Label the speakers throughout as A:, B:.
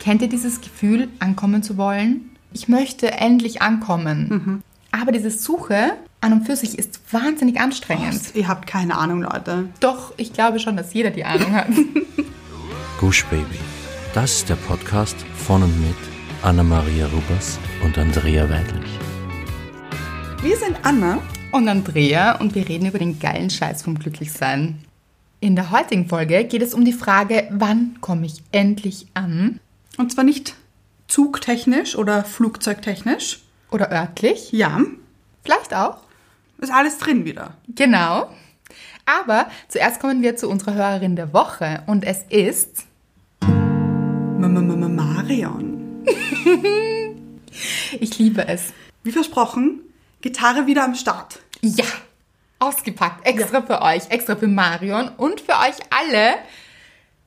A: Kennt ihr dieses Gefühl, ankommen zu wollen? Ich möchte endlich ankommen. Aber diese Suche an und für sich ist wahnsinnig anstrengend.
B: Ihr habt keine Ahnung, Leute.
A: Doch, ich glaube schon, dass jeder die Ahnung hat.
C: Gush Baby. Das ist der Podcast von und mit Anna-Maria Rubers und Andrea Weidlich.
B: Wir sind Anna.
A: und Andrea und wir reden über den geilen Scheiß vom Glücklichsein. In der heutigen Folge geht es um die Frage, wann komme ich endlich an?
B: Und zwar nicht zugtechnisch oder flugzeugtechnisch.
A: Oder örtlich?
B: Ja,
A: Vielleicht auch.
B: ist alles drin wieder.
A: Genau. Aber zuerst kommen wir zu unserer Hörerin der Woche und es ist
B: M -m -m Marion.
A: Ich liebe es.
B: Wie versprochen, Gitarre wieder am Start.
A: Ja, ausgepackt. Extra für euch, extra für Marion und für euch alle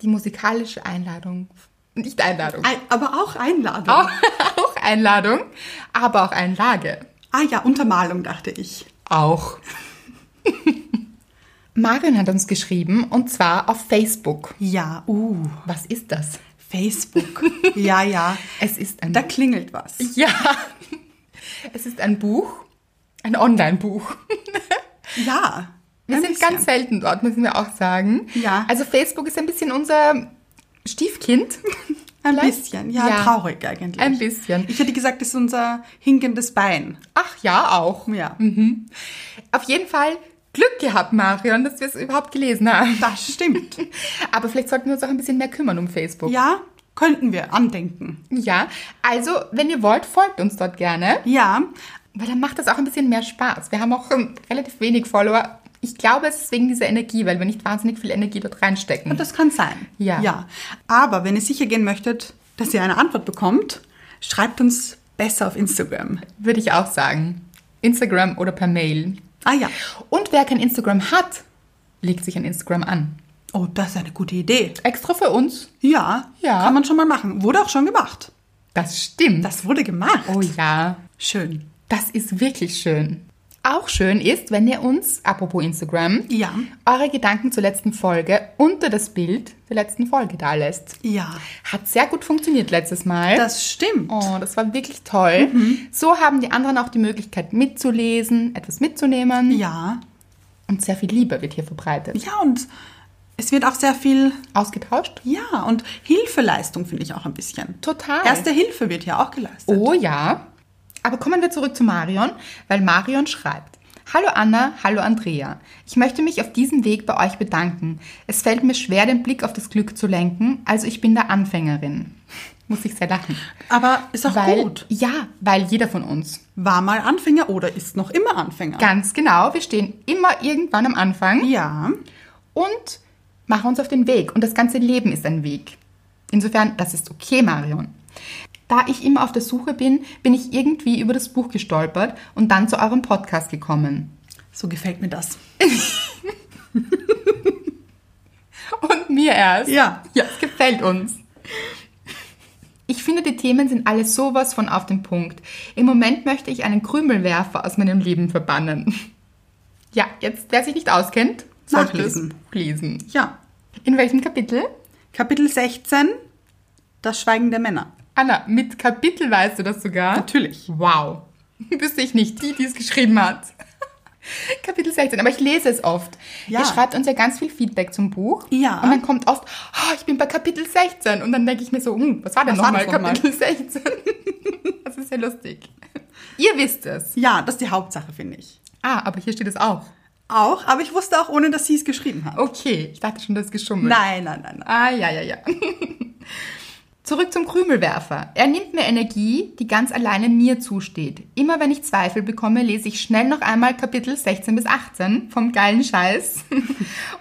A: die musikalische Einladung. Nicht Einladung,
B: Ei- Aber auch Einladung.
A: auch, auch Einladung, aber auch Einlage.
B: Ah ja, Untermalung, dachte ich.
A: Auch. Marion hat uns geschrieben und zwar auf Facebook.
B: Ja, uh,
A: Was ist das?
B: Facebook. ja, ja.
A: Es ist ein
B: Da klingelt was.
A: Ja. Es ist ein Buch, ein Online-Buch.
B: Ja.
A: Wir
B: ein
A: sind
B: bisschen.
A: ganz selten dort, müssen wir auch sagen.
B: Ja.
A: Also Facebook ist ein bisschen unser Stiefkind.
B: Ein
A: Vielleicht?
B: bisschen, ja,
A: Ja.
B: traurig eigentlich.
A: Ein bisschen.
B: Ich hätte gesagt, das ist unser hinkendes Bein.
A: Ach ja, auch.
B: Ja,
A: Auf jeden Fall Glück gehabt, Marion, dass wir es überhaupt gelesen haben.
B: das stimmt.
A: Aber vielleicht sollten wir uns auch ein bisschen mehr kümmern um Facebook.
B: ja, könnten wir andenken.
A: ja. Also, wenn ihr wollt, folgt uns dort gerne.
B: Ja,
A: Weil dann macht das auch ein bisschen mehr Spaß. Wir haben auch ähm, relativ wenig Follower. Ich glaube, es ist wegen dieser Energie, weil wir nicht wahnsinnig viel Energie dort reinstecken.
B: das kann sein.
A: Ja.
B: ja. Aber wenn ihr sicher gehen möchtet, dass ihr eine Antwort bekommt, schreibt uns besser auf Instagram.
A: Würde ich auch sagen. Instagram oder per Mail.
B: Ah ja.
A: Und wer kein Instagram hat, legt sich ein Instagram an.
B: Oh, das ist eine gute Idee.
A: Extra für uns.
B: Ja,
A: Ja.
B: kann man schon mal machen. Wurde auch schon gemacht.
A: Das stimmt.
B: Das wurde gemacht.
A: oh ja.
B: Schön.
A: Das ist wirklich schön. Auch schön ist, wenn ihr uns, apropos Instagram,
B: Ja.
A: eure Gedanken zur letzten Folge unter das Bild der letzten Folge da lässt.
B: Ja,
A: Hat sehr gut funktioniert letztes Mal.
B: das Mhm. stimmt.
A: oh, das war wirklich toll. So haben die anderen auch die Möglichkeit mitzulesen, etwas mitzunehmen.
B: Ja.
A: Und sehr viel Liebe wird hier verbreitet.
B: Ja, und es wird auch sehr viel
A: Ausgetauscht?
B: Ja, und Hilfeleistung finde ich auch ein bisschen.
A: Total.
B: Erste Hilfe wird ja auch geleistet.
A: Oh ja. Aber kommen wir zurück zu Marion, weil Marion schreibt. Hallo Anna, hallo Andrea. Ich möchte mich auf diesem Weg bei euch bedanken. Es fällt mir schwer, den Blick auf das Glück zu lenken, also ich bin da Anfängerin. Muss ich sehr lachen.
B: Aber ist auch
A: weil,
B: gut.
A: Ja, weil jeder von uns.
B: War mal Anfänger oder ist noch immer Anfänger.
A: Ganz genau, wir stehen immer irgendwann am Anfang
B: ja,
A: und machen uns auf den Weg. Und das ganze Leben ist ein Weg. Insofern, das ist okay, Marion. Da ich immer auf der Suche bin, bin ich irgendwie über das Buch gestolpert und dann zu eurem Podcast gekommen.
B: so gefällt mir das.
A: Und mir erst.
B: Ja.
A: Ja, es gefällt uns. Ich finde, die Themen sind alle sowas von auf den Punkt. Im Moment möchte ich einen Krümelwerfer aus meinem Leben verbannen. Ja, jetzt, wer sich nicht auskennt, sollte
B: Nachlesen.
A: das Buch lesen.
B: Ja.
A: In welchem Kapitel?
B: Kapitel 16, das Schweigen der Männer.
A: Anna, mit Kapitel weißt du das sogar?
B: Natürlich.
A: Wow. Wüsste ich nicht, die, die es geschrieben hat. Kapitel 16, aber ich lese es oft.
B: Ja.
A: Ihr schreibt uns ja ganz viel Feedback zum Buch.
B: Ja.
A: Und dann kommt oft, oh, ich bin bei Kapitel 16. Und dann denke ich mir so, hm, was war denn
B: Was war
A: nochmal
B: das nochmal?
A: Kapitel 16? das ist ja lustig. Ihr wisst es.
B: Ja, das ist die Hauptsache, finde ich.
A: Ah, aber hier steht es auch.
B: Auch, aber ich wusste auch, ohne dass sie es geschrieben haben.
A: Okay, ich dachte schon, das ist geschummelt.
B: Nein, nein, nein, nein.
A: Ah, ja, ja, ja. Zurück zum Krümelwerfer. Er nimmt mir Energie, die ganz alleine mir zusteht. Immer wenn ich Zweifel bekomme, lese ich schnell noch einmal Kapitel 16 bis 18 vom geilen Scheiß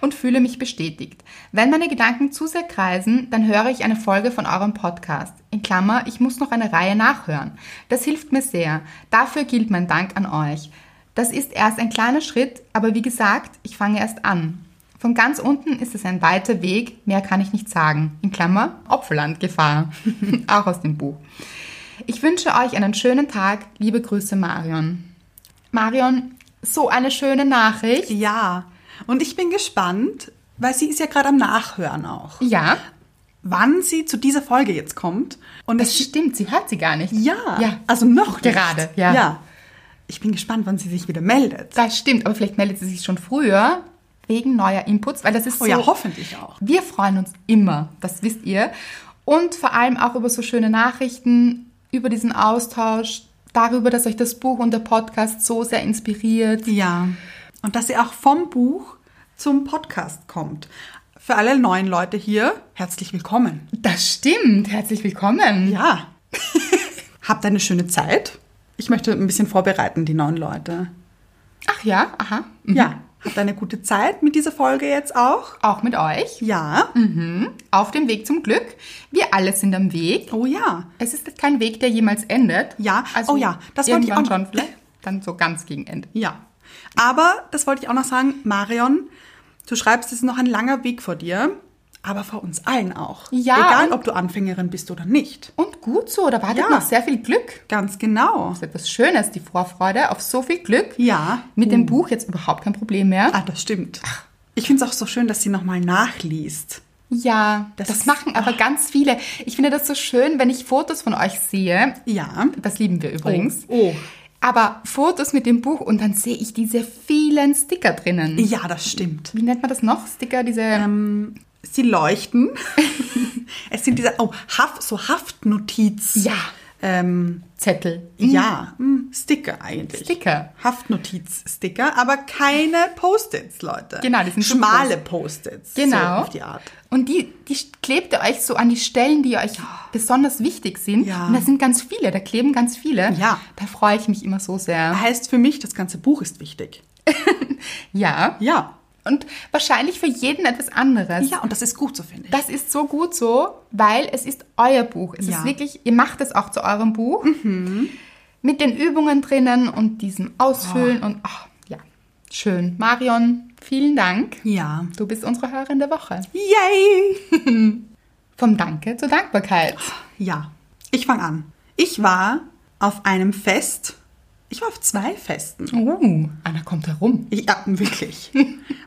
A: und fühle mich bestätigt. Wenn meine Gedanken zu sehr kreisen, dann höre ich eine Folge von eurem Podcast. In Klammer, ich muss noch eine Reihe nachhören. Das hilft mir sehr. Dafür gilt mein Dank an euch. Das ist erst ein kleiner Schritt, aber wie gesagt, ich fange erst an. Von ganz unten ist es ein weiter Weg, mehr kann ich nicht sagen. In Klammer, Opferlandgefahr. Auch aus dem Buch. Ich wünsche euch einen schönen Tag. Liebe Grüße, Marion. Marion, so eine schöne Nachricht.
B: Ja, und ich bin gespannt, weil sie ist ja gerade am Nachhören auch.
A: Ja,
B: wann sie zu dieser Folge jetzt kommt. Und
A: Das
B: es,
A: stimmt, sie hört sie gar nicht.
B: ja,
A: Ja.
B: also noch nicht.
A: Gerade, ja.
B: ja. Ich bin gespannt, wann sie sich wieder meldet.
A: Das stimmt, aber vielleicht meldet sie sich schon früher wegen neuer Inputs, weil das ist
B: Oh
A: so.
B: ja, hoffentlich auch.
A: Wir freuen uns immer, das wisst ihr. Und vor allem auch über so schöne Nachrichten, über diesen Austausch, darüber, dass euch das Buch und der Podcast so sehr inspiriert.
B: Ja. Und dass sie auch vom Buch zum Podcast kommt. Für alle neuen Leute hier, herzlich willkommen.
A: Das stimmt. Herzlich willkommen.
B: Ja. Habt eine schöne Zeit. Ich möchte ein bisschen vorbereiten, die neuen Leute.
A: Ach ja, aha. Mhm.
B: Ja. Habt eine gute Zeit mit dieser Folge jetzt auch?
A: Auch mit euch.
B: Ja.
A: Mhm. Auf dem Weg zum Glück. Wir alle sind am Weg.
B: Oh ja.
A: Es ist kein Weg, der jemals endet. Also
B: Ja. Oh ja, das wollte ich
A: irgendwann
B: auch-
A: schon vielleicht. Dann so ganz gegen Ende.
B: Ja. Aber das wollte ich auch noch sagen, Marion, du schreibst, es ist noch ein langer Weg vor dir, aber vor uns allen auch.
A: Ja,
B: Egal,
A: und-
B: ob du Anfängerin bist oder nicht.
A: Und gut so, da wartet
B: Ja.
A: noch sehr viel Glück.
B: Ganz genau.
A: Das ist etwas Schönes, die Vorfreude auf so viel Glück.
B: Ja.
A: Mit dem Buch jetzt überhaupt kein Problem mehr.
B: Ah, das stimmt. Ich finde es auch so schön, dass sie nochmal nachliest.
A: Ja, das,
B: Das ist-
A: machen aber ganz viele. Ich finde das so schön, wenn ich Fotos von euch sehe.
B: Ja.
A: Das lieben wir übrigens.
B: Oh, oh.
A: Aber Fotos mit dem Buch und dann sehe ich diese vielen Sticker drinnen.
B: Ja, das stimmt.
A: Wie nennt man das noch? Sticker, diese.
B: Ähm, Sie leuchten. es sind diese, oh, Haft, so Haftnotiz.
A: Ja.
B: Ähm,
A: Zettel.
B: Ja, hm, Sticker eigentlich.
A: Sticker.
B: Haftnotiz-Sticker, aber keine Post-its, Leute.
A: Genau, die sind so
B: schmale Post-its.
A: Genau.
B: So auf die Art.
A: Und die, die klebt ihr euch so an die Stellen, die euch besonders wichtig sind.
B: Ja.
A: Und da sind ganz viele, da kleben ganz viele.
B: Ja.
A: Da freue ich mich immer so sehr.
B: Heißt für mich, das ganze Buch ist wichtig.
A: Ja.
B: Ja.
A: Und wahrscheinlich für jeden etwas anderes.
B: Ja, und das ist gut so, finde ich.
A: Das ist so gut so, weil es ist euer Buch. Es
B: Ja. Mhm.
A: ist wirklich, ihr macht es auch zu eurem Buch. Mit den Übungen drinnen und diesem
B: Oh.
A: Ausfüllen und ach, ja, schön. Marion, vielen Dank.
B: ja.
A: Du bist unsere Hörerin der Woche.
B: Yay!
A: Vom Danke zur Dankbarkeit.
B: Ja, ich fange an. Ich war auf einem Fest. Ich war auf zwei Festen.
A: Oh, Anna kommt herum.
B: Ich, ja, wirklich.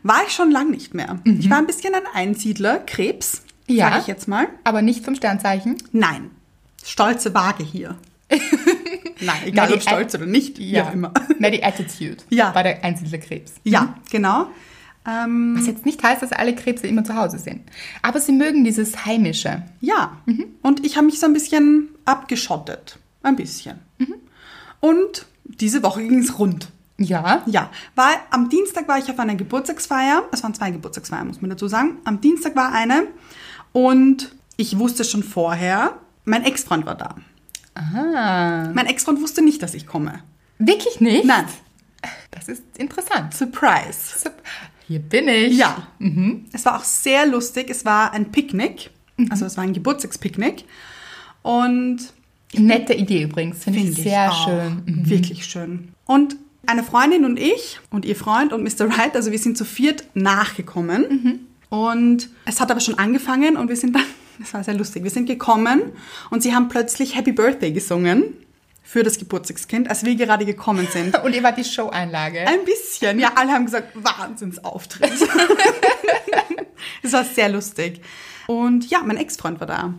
B: War ich schon lang nicht mehr. Ich war ein bisschen ein Einsiedler, Krebs,
A: Ja.
B: sage ich jetzt mal.
A: Aber nicht vom Sternzeichen.
B: Nein. Stolze Waage hier. Nein, egal
A: die
B: ob stolz
A: Ein-
B: oder nicht, ja. wie auch immer.
A: Na, die Attitude.
B: Ja.
A: Bei der Einsiedlerkrebs.
B: Ja, genau. Ähm,
A: Was jetzt nicht heißt, dass alle Krebse immer zu Hause sind. Aber sie mögen dieses Heimische.
B: ja, und ich habe mich so ein bisschen abgeschottet. Ein bisschen. Und diese Woche ging es rund.
A: Ja.
B: Ja, war, am Dienstag war ich auf einer Geburtstagsfeier. Es waren zwei Geburtstagsfeiern, muss man dazu sagen. Am Dienstag war eine und ich wusste schon vorher, mein Ex-Freund war da.
A: Ah.
B: Mein Ex-Freund wusste nicht, dass ich komme.
A: Wirklich nicht?
B: Nein,
A: Das ist interessant.
B: Surprise.
A: Sup. Hier bin ich.
B: Ja. Es war auch sehr lustig. Es war ein Picknick. Also es war ein Geburtstagspicknick. Und
A: Nette Idee übrigens, finde
B: finde
A: ich
B: ich
A: sehr
B: auch Mhm.
A: schön. Mhm.
B: Wirklich schön. Und eine Freundin und ich und ihr Freund und Mr. Wright, also wir sind zu viert nachgekommen.
A: Mhm.
B: Und es hat aber schon angefangen und wir sind dann, es war sehr lustig, wir sind gekommen und sie haben plötzlich Happy Birthday gesungen für das Geburtstagskind, als wir gerade gekommen sind.
A: Und ihr wart die Show-Einlage.
B: Ein bisschen, ja. Alle haben gesagt, Wahnsinnsauftritt. Es war sehr lustig. Und ja, mein Ex-Freund war da.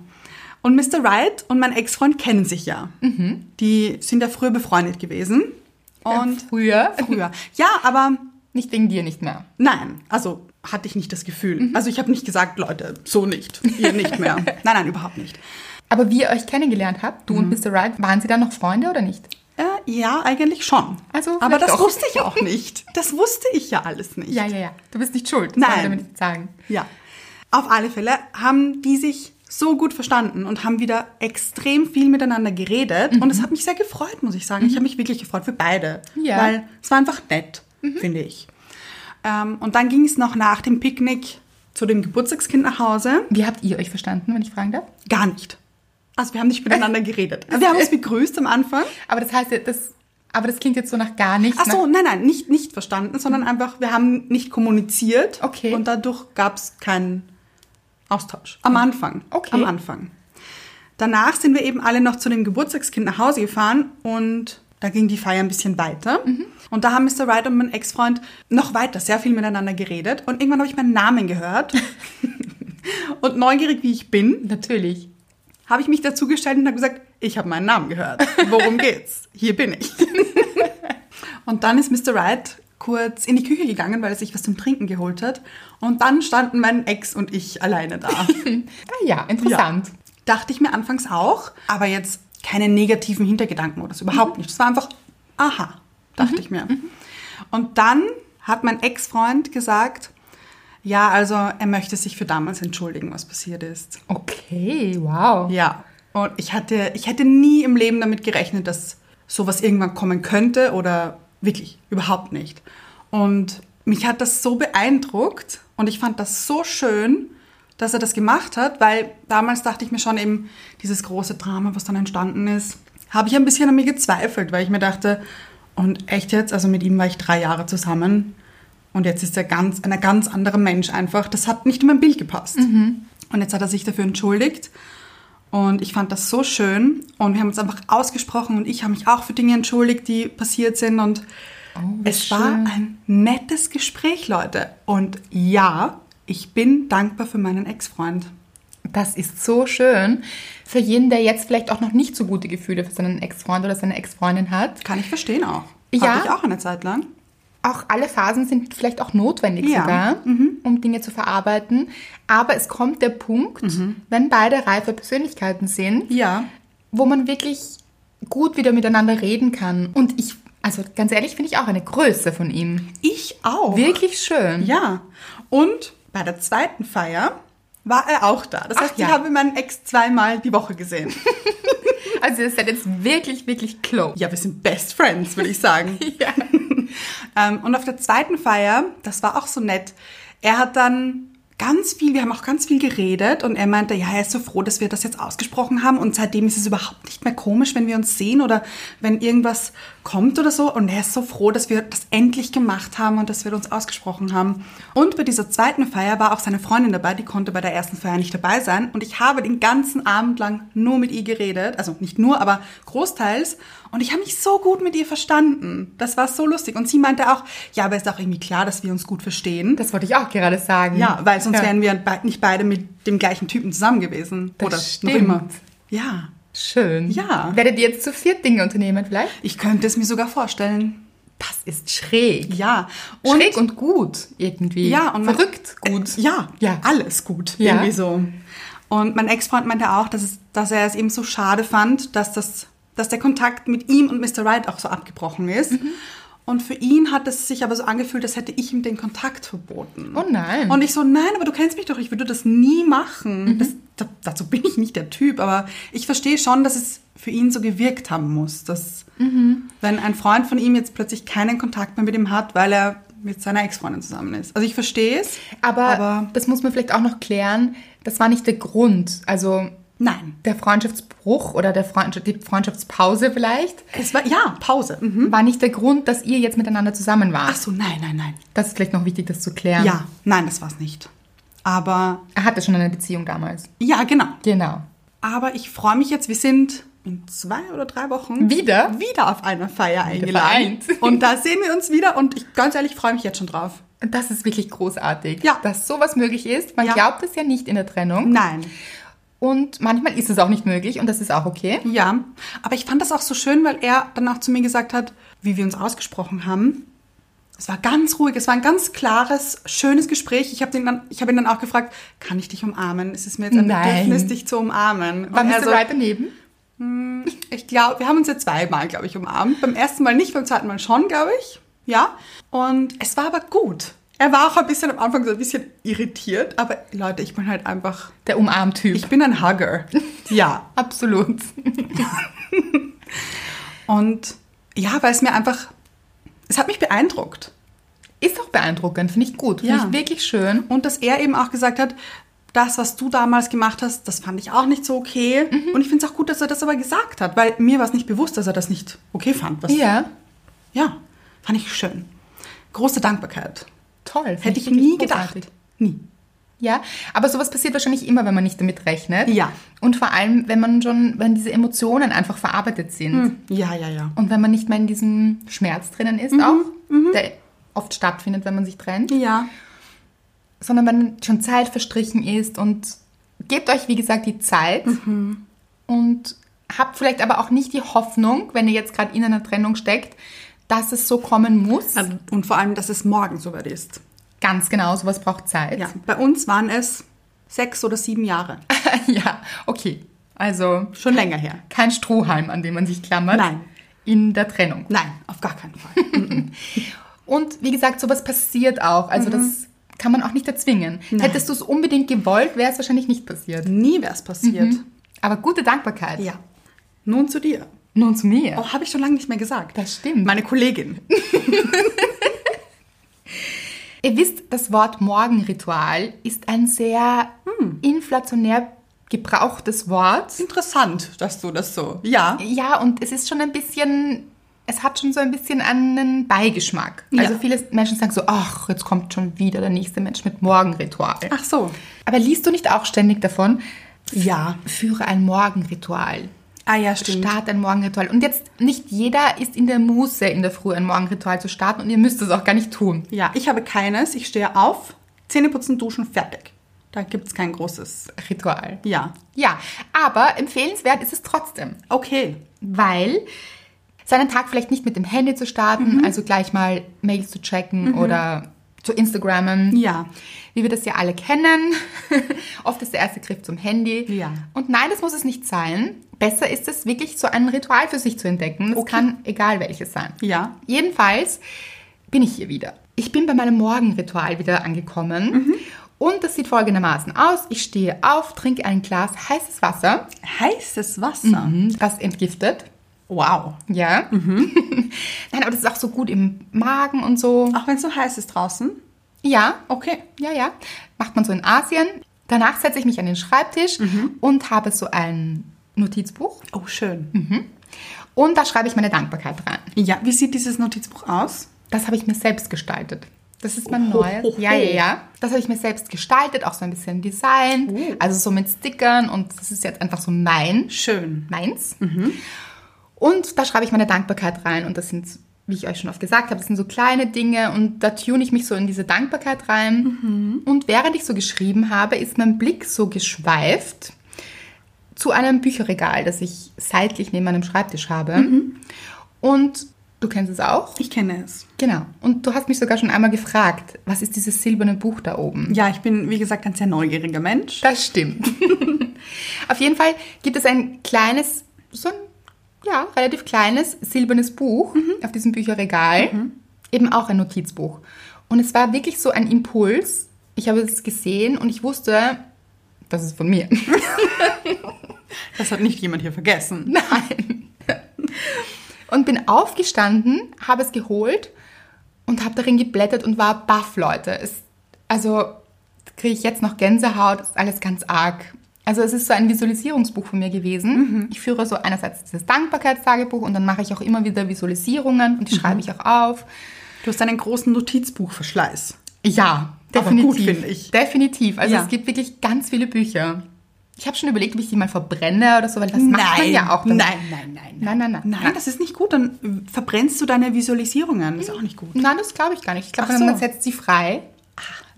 B: Und Mr. Wright und mein Ex-Freund kennen sich ja.
A: Mhm.
B: Die sind ja früher befreundet gewesen. Und
A: früher,
B: früher. Ja, aber
A: nicht wegen dir nicht mehr.
B: nein, also hatte ich nicht das Gefühl.
A: Mhm.
B: Also ich habe nicht gesagt, Leute, so nicht, ihr nicht mehr. nein, nein, überhaupt nicht.
A: Aber wie ihr euch kennengelernt habt,
B: Mhm.
A: du und Mr. Right, waren sie dann noch Freunde oder nicht?
B: Äh, ja, eigentlich schon.
A: Also
B: aber
A: vielleicht
B: das
A: doch.
B: wusste ich auch nicht. Das wusste ich ja alles nicht.
A: Ja, ja, ja. Du bist nicht schuld.
B: Nein.
A: Das wollte ich damit nicht sagen.
B: Ja. Auf alle Fälle haben die sich so gut verstanden und haben wieder extrem viel miteinander geredet. Und es hat mich sehr gefreut, muss ich sagen. Ich habe mich wirklich gefreut für beide.
A: Ja.
B: Weil es war einfach nett, finde ich. Ähm, und dann ging es noch nach dem Picknick zu dem Geburtstagskind nach Hause.
A: Wie habt ihr euch verstanden, wenn ich fragen darf?
B: Gar nicht. Also wir haben nicht miteinander geredet. Also Wir haben uns begrüßt am Anfang.
A: Aber das heißt, ja, das, aber das klingt jetzt so nach gar nichts.
B: Ach so, nein, nein, nicht, nicht verstanden, sondern einfach, wir haben nicht kommuniziert.
A: Mhm. Okay.
B: Und dadurch gab es keinen Austausch. Am Anfang.
A: Oh, Okay.
B: Am Anfang. Danach sind wir eben alle noch zu dem Geburtstagskind nach Hause gefahren und da ging die Feier ein bisschen weiter.
A: Mhm.
B: Und da haben Mr. Wright und mein Ex-Freund noch weiter sehr viel miteinander geredet. Und irgendwann habe ich meinen Namen gehört. Und neugierig wie ich bin,
A: Natürlich.
B: habe ich mich dazugestellt und habe gesagt, ich habe meinen Namen gehört. Worum geht's? Hier bin ich. Und dann ist Mr. Wright kurz in die Küche gegangen, weil er sich was zum Trinken geholt hat. Und dann standen mein Ex und ich alleine da.
A: Ah ja, interessant.
B: Dachte ich mir anfangs auch, aber jetzt keine negativen Hintergedanken oder so, überhaupt nicht. Es war einfach, aha, dachte ich mir. Und dann hat mein Ex-Freund gesagt, ja, also er möchte sich für damals entschuldigen, was passiert ist.
A: Okay, wow.
B: Ja, und ich hatte, ich hätte nie im Leben damit gerechnet, dass sowas irgendwann kommen könnte oder wirklich überhaupt nicht. Und mich hat das so beeindruckt und ich fand das so schön, dass er das gemacht hat, weil damals dachte ich mir schon eben, dieses große Drama, was dann entstanden ist, habe ich ein bisschen an mir gezweifelt, weil ich mir dachte, und echt jetzt, also mit ihm war ich drei Jahre zusammen und jetzt ist er ganz, ein ganz anderer Mensch einfach. Das hat nicht in mein Bild gepasst. Und jetzt hat er sich dafür entschuldigt und ich fand das so schön. Und wir haben uns einfach ausgesprochen und ich habe mich auch für Dinge entschuldigt, die passiert sind. Und
A: Oh, wie
B: es war
A: schön.
B: ein nettes Gespräch, Leute. Und ja, ich bin dankbar für meinen Ex-Freund.
A: Das ist so schön. Für jeden, der jetzt vielleicht auch noch nicht so gute Gefühle für seinen Ex-Freund oder seine Ex-Freundin hat.
B: Kann ich verstehen auch.
A: Ja.
B: Hatte ich auch eine Zeit lang.
A: Auch alle Phasen sind vielleicht auch notwendig
B: Ja, Mhm.
A: sogar, um Dinge zu verarbeiten. Aber es kommt der Punkt,
B: Mhm.
A: wenn beide reife Persönlichkeiten sind,
B: Ja.
A: wo man wirklich gut wieder miteinander reden kann. Und ich, also ganz ehrlich, finde ich auch eine Größe von ihm.
B: Ich auch.
A: Wirklich schön.
B: Oh. Ja. Und bei der zweiten Feier war er auch da. Das
A: Ach
B: heißt,
A: ja.
B: ich habe meinen Ex zweimal die Woche gesehen.
A: Also ihr seid jetzt wirklich, wirklich close.
B: Ja, wir sind Best Friends, würde ich sagen.
A: Ja.
B: ähm, und auf der zweiten Feier, das war auch so nett, er hat dann ganz viel, wir haben auch ganz viel geredet und er meinte, ja, er ist so froh, dass wir das jetzt ausgesprochen haben und seitdem ist es überhaupt nicht mehr komisch, wenn wir uns sehen oder wenn irgendwas kommt oder so und er ist so froh, dass wir das endlich gemacht haben und dass wir uns ausgesprochen haben. Und bei dieser zweiten Feier war auch seine Freundin dabei, die konnte bei der ersten Feier nicht dabei sein und ich habe den ganzen Abend lang nur mit ihr geredet, also nicht nur, aber großteils und ich habe mich so gut mit ihr verstanden. Das war so lustig und sie meinte auch, ja, aber ist auch irgendwie klar, dass wir uns gut verstehen.
A: Das wollte ich auch gerade sagen.
B: Ja, weil sonst
A: Ja.
B: wären wir be- nicht beide mit dem gleichen Typen zusammen gewesen.
A: Das
B: Oder
A: stimmt.
B: noch immer. Ja.
A: Schön.
B: Ja.
A: Werdet ihr jetzt zu viert Dinge unternehmen vielleicht?
B: Ich könnte es mir sogar vorstellen.
A: Das ist schräg.
B: Ja.
A: schräg und gut irgendwie.
B: ja, und man-
A: verrückt gut.
B: Äh, ja,
A: Ja.
B: ja, alles gut.
A: Ja.
B: Irgendwie so. Und mein Ex-Freund meinte auch, dass, es, dass er es eben so schade fand, dass, das, dass der Kontakt mit ihm und Mr. Wright auch so abgebrochen ist.
A: Mhm.
B: Und für ihn hat es sich aber so angefühlt, als hätte ich ihm den Kontakt verboten.
A: Oh nein. Mhm.
B: Und ich so, nein, aber du kennst mich doch, ich würde das nie machen. Das, da, dazu bin ich nicht der Typ, aber ich verstehe schon, dass es für ihn so gewirkt haben muss, dass wenn ein Freund von ihm jetzt plötzlich keinen Kontakt mehr mit ihm hat, weil er mit seiner Ex-Freundin zusammen ist. Also ich verstehe es,
A: aber,
B: aber
A: das muss man vielleicht auch noch klären. Das war nicht der Grund. Also
B: nein.
A: der Freundschaftsbruch oder der Freundschaft, die Freundschaftspause vielleicht
B: Es war, ja, Pause. Mhm.
A: war nicht der Grund, dass ihr jetzt miteinander zusammen
B: Ach
A: wart.
B: so, nein, nein, nein.
A: Das ist vielleicht noch wichtig, das zu klären.
B: Ja, nein, das war's nicht. Aber,
A: Er hatte schon eine Beziehung damals.
B: ja, genau.
A: Genau.
B: Aber ich freue mich jetzt, wir sind in zwei oder drei Wochen
A: Wieder?
B: wieder auf einer Feier eingeladen.
A: vereint.
B: Und da sehen wir uns wieder und ich ganz ehrlich freue mich jetzt schon drauf.
A: Und das ist wirklich großartig,
B: Ja.
A: dass sowas möglich ist. Man
B: Ja.
A: glaubt es ja nicht in der Trennung.
B: Nein.
A: Und manchmal ist es auch nicht möglich und das ist auch okay.
B: Ja, aber ich fand das auch so schön, weil er danach zu mir gesagt hat, wie wir uns ausgesprochen haben. Es war ganz ruhig, es war ein ganz klares, schönes Gespräch. Ich habe ihn, dann- ich hab ihn dann auch gefragt, kann ich dich umarmen? Es ist mir jetzt ein
A: Nein.
B: Bedürfnis, dich zu umarmen.
A: War
B: Und er
A: Mr.
B: so,
A: Right daneben?
B: Ich glaube, wir haben uns ja zweimal, glaube ich, umarmt. Beim ersten Mal nicht, beim zweiten Mal schon, glaube ich. Ja. Und es war aber gut. Er war auch ein bisschen am Anfang so ein bisschen irritiert, aber Leute, ich bin halt einfach,
A: Der Umarmtyp.
B: ich bin ein Hugger. Ja.
A: Absolut.
B: Und ja, weil es mir einfach, es hat mich beeindruckt.
A: Ist auch beeindruckend, finde ich gut. Finde
B: Ja.
A: ich wirklich schön.
B: Und dass er eben auch gesagt hat, das, was du damals gemacht hast, das fand ich auch nicht so okay.
A: Mhm.
B: Und ich finde es auch gut, dass er das aber gesagt hat, weil mir war es nicht bewusst, dass er das nicht okay fand. Was,
A: Ja,
B: ja, fand ich schön. Große Dankbarkeit.
A: toll. finde
B: Hätte ich
A: wirklich
B: nie gedacht.
A: großartig.
B: Nie.
A: Ja, aber sowas passiert wahrscheinlich immer, wenn man nicht damit rechnet.
B: Ja.
A: Und vor allem, wenn man schon, wenn diese Emotionen einfach verarbeitet sind.
B: Ja, ja, ja.
A: Und wenn man nicht mehr in diesem
B: Mhm,
A: Schmerz drinnen ist auch, der oft stattfindet, wenn man sich trennt.
B: Ja.
A: sondern wenn schon Zeit verstrichen ist und gebt euch, wie gesagt, die Zeit
B: Mhm.
A: und habt vielleicht aber auch nicht die Hoffnung, wenn ihr jetzt gerade in einer Trennung steckt, dass es so kommen muss.
B: Also, Und vor allem, dass es morgen soweit ist.
A: Ganz genau, sowas braucht Zeit.
B: Ja, bei uns waren es sechs oder sieben Jahre.
A: ja, okay. Also
B: Schon länger her.
A: kein Strohhalm, an den man sich klammert.
B: Nein.
A: In der Trennung.
B: Nein, auf gar keinen Fall.
A: Und wie gesagt, sowas passiert auch. Also
B: Mhm.
A: das kann man auch nicht erzwingen. Hättest du es unbedingt gewollt, wäre es wahrscheinlich nicht passiert.
B: Nie wäre es passiert.
A: Mhm. Aber gute Dankbarkeit.
B: Ja. Nun zu dir.
A: Nun zu mir.
B: Oh, habe ich schon lange nicht mehr gesagt.
A: Das stimmt.
B: Meine Kollegin.
A: Ihr wisst, das Wort Morgenritual ist ein sehr
B: Hm.
A: inflationär gebrauchtes Wort.
B: Interessant, dass du das so. Ja.
A: Ja, und es ist schon ein bisschen, es hat schon so ein bisschen einen Beigeschmack.
B: Ja.
A: Also viele Menschen sagen so, ach, jetzt kommt schon wieder der nächste Mensch mit Morgenritual.
B: Ach so.
A: Aber liest du nicht auch ständig davon?
B: Ja.
A: Führe ein Morgenritual.
B: Ah ja, stimmt.
A: Start ein Morgenritual. Und jetzt, nicht jeder ist in der Muße, in der Früh ein Morgenritual zu starten und ihr müsst es auch gar nicht tun.
B: Ja, ich habe keines. Ich stehe auf, Zähne putzen, duschen, fertig. Da gibt es kein großes.
A: Ritual.
B: Ja.
A: Ja, aber empfehlenswert ist es trotzdem.
B: Okay.
A: weil seinen Tag vielleicht nicht mit dem Handy zu starten,
B: Mhm.
A: also gleich mal Mails zu checken oder zu Instagrammen.
B: Ja.
A: Wie wir das ja alle kennen. Oft ist der erste Griff zum Handy.
B: Ja.
A: Und nein, das muss es nicht sein. Besser ist es wirklich, so ein Ritual für sich zu entdecken. Das
B: Okay.
A: kann egal welches sein.
B: Ja.
A: Jedenfalls bin ich hier wieder. Ich bin bei meinem Morgenritual wieder angekommen.
B: Mhm.
A: Und das sieht folgendermaßen aus. Ich stehe auf, trinke ein Glas heißes Wasser.
B: Heißes Wasser.
A: Das entgiftet.
B: Wow.
A: Ja. Nein, aber das ist auch so gut im Magen und so.
B: Auch wenn es so heiß ist draußen.
A: Ja,
B: Okay.
A: ja, ja. Macht man so in Asien. Danach setze ich mich an den Schreibtisch und habe so ein Notizbuch.
B: Oh, schön.
A: Und da schreibe ich meine Dankbarkeit rein.
B: Ja, wie sieht dieses Notizbuch aus?
A: Das habe ich mir selbst gestaltet. Das ist mein
B: Ho, ho,
A: neues.
B: ho.
A: Ja, ja, ja. Das habe ich mir selbst gestaltet, auch so ein bisschen Design. Also so mit Stickern und das ist jetzt einfach so mein
B: Schön.
A: meins. Und da schreibe ich meine Dankbarkeit rein. Und das sind, wie ich euch schon oft gesagt habe, das sind so kleine Dinge. Und da tune ich mich so in diese Dankbarkeit rein. Und während ich so geschrieben habe, ist mein Blick so geschweift zu einem Bücherregal, das ich seitlich neben meinem Schreibtisch habe. Und du kennst es auch.
B: Ich kenne es.
A: Genau. Und du hast mich sogar schon einmal gefragt, was ist dieses silberne Buch da oben?
B: Ja, ich bin, wie gesagt, ein sehr neugieriger Mensch.
A: Das stimmt. Auf jeden Fall gibt es ein kleines, so ein ja, relativ kleines silbernes Buch auf diesem Bücherregal. Eben auch ein Notizbuch. Und es war wirklich so ein Impuls. Ich habe es gesehen und ich wusste, das ist von mir.
B: Das hat nicht jemand hier vergessen.
A: Nein. Und bin aufgestanden, habe es geholt und habe darin geblättert und war baff, Leute. Es, also kriege ich jetzt noch Gänsehaut, ist alles ganz arg. Also es ist so ein Visualisierungsbuch von mir gewesen.
B: Mhm.
A: Ich führe so einerseits dieses Dankbarkeitstagebuch und dann mache ich auch immer wieder Visualisierungen
B: Mhm.
A: und die schreibe ich auch auf.
B: Du hast einen großen Notizbuchverschleiß.
A: Ja,
B: Aber
A: definitiv.
B: gut, finde ich.
A: Definitiv. Also
B: Ja.
A: es gibt wirklich ganz viele Bücher. Ich habe schon überlegt, ob ich die mal verbrenne oder so, weil das macht man ja auch. damit.
B: Nein, nein, nein,
A: Nein, nein, nein.
B: Nein, das ist nicht gut. Dann verbrennst du deine Visualisierungen. Ist auch nicht gut.
A: Nein, das glaube ich gar nicht. Ich glaube,
B: Ach
A: man
B: so. Ah,
A: setzt sie frei.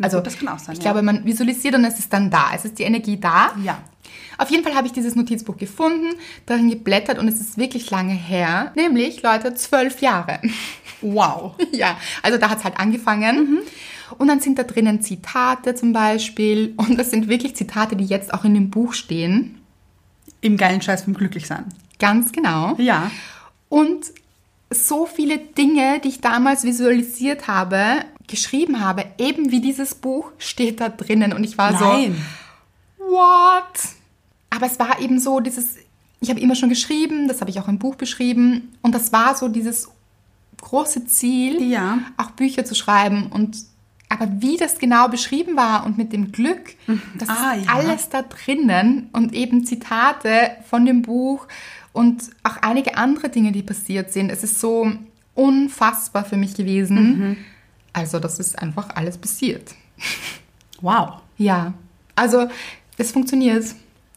A: Also,
B: na gut, das kann auch sein,
A: Ich
B: ja.
A: glaube, man visualisiert und es ist dann da. Es ist die Energie da.
B: Ja.
A: Auf jeden Fall habe ich dieses Notizbuch gefunden, darin geblättert und es ist wirklich lange her. Nämlich, Leute, zwölf Jahre.
B: Wow.
A: ja, also da hat es halt angefangen.
B: Mhm.
A: Und dann sind da drinnen Zitate zum Beispiel. Und das sind wirklich Zitate, die jetzt auch in dem Buch stehen.
B: Im geilen Scheiß vom Glücklichsein.
A: Ganz genau.
B: Ja.
A: Und so viele Dinge, die ich damals visualisiert habe, geschrieben habe, eben wie dieses Buch, steht da drinnen. Und ich war
B: Nein.
A: so, what? Aber es war eben so dieses, ich habe immer schon geschrieben, das habe ich auch im Buch beschrieben. Und das war so dieses große Ziel,
B: Ja.
A: auch Bücher zu schreiben. Und aber wie das genau beschrieben war und mit dem Glück, das
B: Ah,
A: ist
B: ja.
A: alles da drinnen und eben Zitate von dem Buch und auch einige andere Dinge, die passiert sind. Es ist so unfassbar für mich gewesen.
B: Mhm.
A: Also das ist einfach alles passiert.
B: Wow.
A: Ja, also es funktioniert.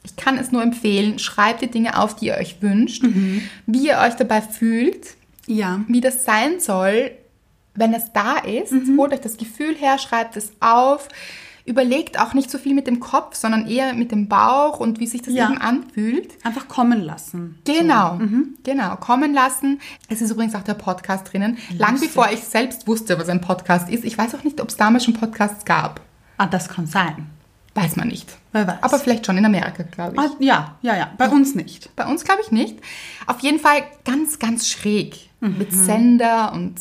A: Ich kann es nur empfehlen. Schreibt die Dinge auf, die ihr euch wünscht,
B: Mhm.
A: wie ihr euch dabei fühlt
B: Ja.
A: wie das
B: Mhm.
A: sein soll, wenn es da ist. Holt euch das Gefühl her, schreibt es auf, Überlegt auch nicht so viel mit dem Kopf, sondern eher mit dem Bauch und wie sich das
B: Ja.
A: eben anfühlt.
B: Einfach kommen lassen.
A: Genau,
B: Mhm.
A: genau. Kommen lassen. Es ist übrigens auch der Podcast drinnen. Lang bevor ich selbst wusste, was ein Podcast ist. Ich weiß auch nicht, ob es damals schon Podcasts gab.
B: Ah, das kann sein.
A: Weiß man nicht.
B: Wer weiß.
A: Aber vielleicht schon in Amerika, glaube ich.
B: Ah, ja, ja, ja. Bei uns nicht.
A: Bei uns glaube ich nicht. Auf jeden Fall ganz, ganz schräg. Mit
B: Mhm.
A: Sender und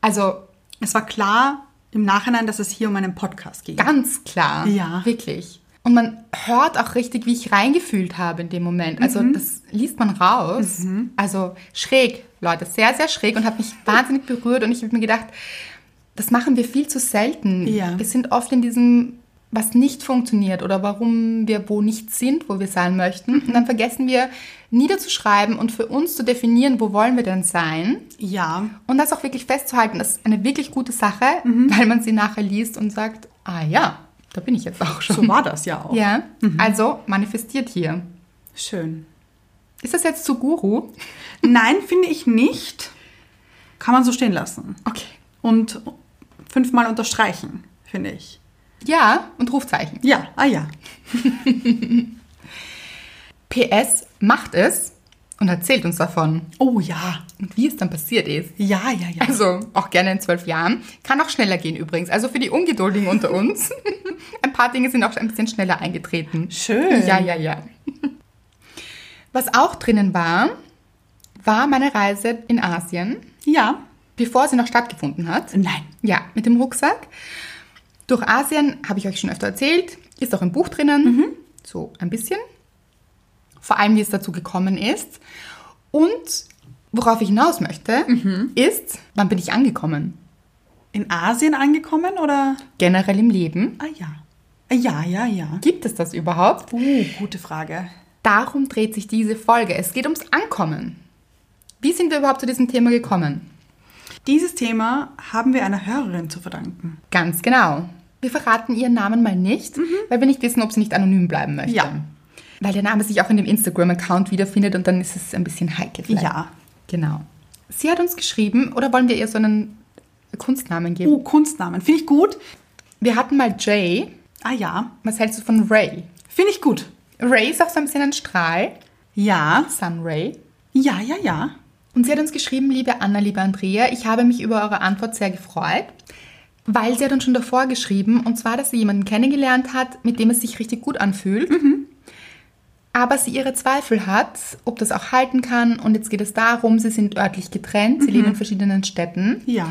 A: also
B: Es war klar im Nachhinein, dass es hier um einen Podcast ging.
A: ganz klar.
B: Ja.
A: Wirklich. Und man hört auch richtig, wie ich reingefühlt habe in dem Moment. Also
B: Mhm.
A: das liest man raus. Also schräg, Leute, sehr, sehr schräg und hat mich wahnsinnig berührt und ich habe mir gedacht, das machen wir viel zu selten.
B: Ja.
A: Wir sind oft in diesem, was nicht funktioniert oder warum wir wo nicht sind, wo wir sein möchten.
B: Mhm.
A: Und dann vergessen wir niederzuschreiben und für uns zu definieren, wo wollen wir denn sein.
B: Ja.
A: Und das auch wirklich festzuhalten, das ist eine wirklich gute Sache, weil man sie nachher liest und sagt, ah ja, da bin ich jetzt auch schon.
B: So war das ja auch.
A: Ja, also manifestiert hier.
B: Schön.
A: Ist das jetzt zu Guru?
B: Nein, finde ich nicht. Kann man so stehen lassen.
A: Okay.
B: Und fünfmal unterstreichen, finde ich.
A: Ja, und Rufzeichen.
B: Ja, ah ja.
A: PS macht es und erzählt uns davon.
B: Oh ja.
A: Und wie es dann passiert ist.
B: Ja, ja, ja.
A: Also auch gerne in zwölf Jahren. Kann auch schneller gehen übrigens. Also für die Ungeduldigen unter uns. ein paar Dinge sind auch ein bisschen schneller eingetreten.
B: Schön.
A: Ja, ja, ja. Was auch drinnen war, war meine Reise in Asien,
B: Ja.
A: bevor sie noch stattgefunden hat.
B: Nein.
A: Ja, mit dem Rucksack. Durch Asien, habe ich euch schon öfter erzählt, ist auch im Buch drinnen, so ein bisschen. Vor allem, wie es dazu gekommen ist. Und worauf ich hinaus möchte, ist, wann bin ich angekommen?
B: In Asien angekommen oder?
A: Generell im Leben.
B: Ah ja. Ah, Ja, ja, ja.
A: Gibt es das überhaupt?
B: Uh, gute Frage.
A: Darum dreht sich diese Folge. Es geht ums Ankommen. Wie sind wir überhaupt zu diesem Thema gekommen?
B: Dieses Thema haben wir einer Hörerin zu verdanken.
A: Ganz genau. Wir verraten ihren Namen mal nicht, weil wir nicht wissen, ob sie nicht anonym bleiben möchte.
B: Mhm. Ja.
A: Weil der Name sich auch in dem Instagram-Account wiederfindet und dann ist es ein bisschen heikel. Vielleicht.
B: Ja.
A: Genau. Sie hat uns geschrieben, oder wollen wir ihr so einen Kunstnamen geben?
B: Uh, Kunstnamen. Finde ich gut.
A: Wir hatten mal Jay.
B: Ah ja.
A: Was hältst du von Ray?
B: Finde ich gut.
A: Ray ist auch so ein bisschen ein Strahl.
B: Ja.
A: Sun Ray.
B: Ja, ja, ja.
A: Und sie hat uns geschrieben, liebe Anna, liebe Andrea, ich habe mich über eure Antwort sehr gefreut, weil sie hat uns schon davor geschrieben, und zwar, dass sie jemanden kennengelernt hat, mit dem es sich richtig gut anfühlt, aber sie ihre Zweifel hat, ob das auch halten kann. Und jetzt geht es darum, sie sind örtlich getrennt, sie leben in verschiedenen Städten.
B: Ja.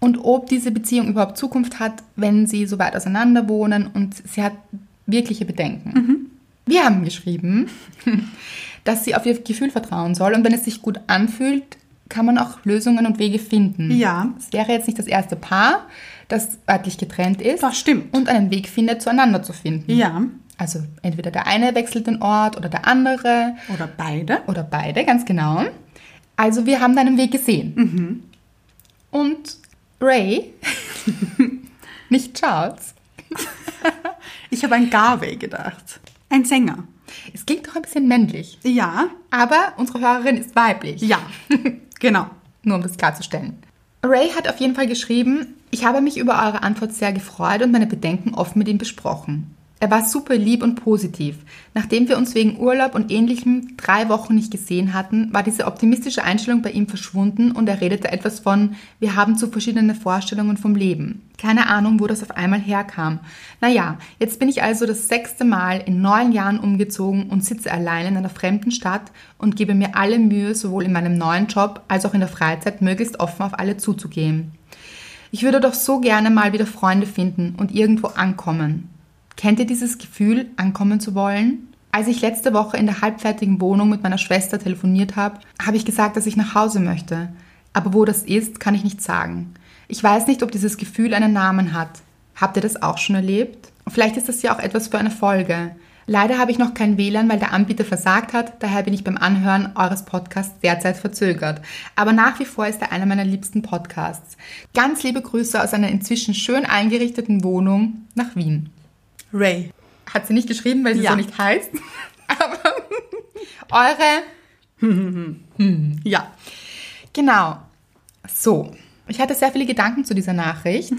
A: Und ob diese Beziehung überhaupt Zukunft hat, wenn sie so weit auseinander wohnen und sie hat wirkliche Bedenken. Wir haben geschrieben, dass sie auf ihr Gefühl vertrauen soll und wenn es sich gut anfühlt, kann man auch Lösungen und Wege finden.
B: Ja.
A: Es wäre jetzt nicht das erste Paar, das örtlich getrennt ist
B: Das stimmt.
A: und einen Weg findet, zueinander zu finden.
B: Ja.
A: Also entweder der eine wechselt den Ort oder der andere
B: Oder beide.
A: oder beide, ganz genau. Also wir haben da einen Weg gesehen.
B: Mhm.
A: Und Ray, nicht Charles,
B: Ich habe an Garvey gedacht. Ein Sänger.
A: es klingt doch ein bisschen männlich,
B: Ja.
A: aber unsere Hörerin ist weiblich.
B: Ja. genau.
A: Nur um das klarzustellen. Ray hat auf jeden Fall geschrieben, ich habe mich über eure Antwort sehr gefreut und meine Bedenken oft mit ihm besprochen. Er war super lieb und positiv. Nachdem wir uns wegen Urlaub und ähnlichem drei Wochen nicht gesehen hatten, war diese optimistische Einstellung bei ihm verschwunden und er redete etwas von, wir haben zu verschiedene Vorstellungen vom Leben. Keine Ahnung, wo das auf einmal herkam. Naja, jetzt bin ich also das sechste Mal in neun Jahren umgezogen und sitze allein in einer fremden Stadt und gebe mir alle Mühe, sowohl in meinem neuen Job als auch in der Freizeit möglichst offen auf alle zuzugehen. Ich würde doch so gerne mal wieder Freunde finden und irgendwo ankommen. Kennt ihr dieses Gefühl, ankommen zu wollen? Als ich letzte Woche in der halbfertigen Wohnung mit meiner Schwester telefoniert habe, habe ich gesagt, dass ich nach Hause möchte. Aber wo das ist, kann ich nicht sagen. Ich weiß nicht, ob dieses Gefühl einen Namen hat. Habt ihr das auch schon erlebt? Vielleicht ist das ja auch etwas für eine Folge. Leider habe ich noch kein WLAN, weil der Anbieter versagt hat, daher bin ich beim Anhören eures Podcasts derzeit verzögert. Aber nach wie vor ist er einer meiner liebsten Podcasts. Ganz liebe Grüße aus einer inzwischen schön eingerichteten Wohnung nach Wien.
B: Ray.
A: Hat sie nicht geschrieben, weil sie
B: Ja.
A: so nicht heißt. Aber eure
B: Ja.
A: Genau. So, ich hatte sehr viele Gedanken zu dieser Nachricht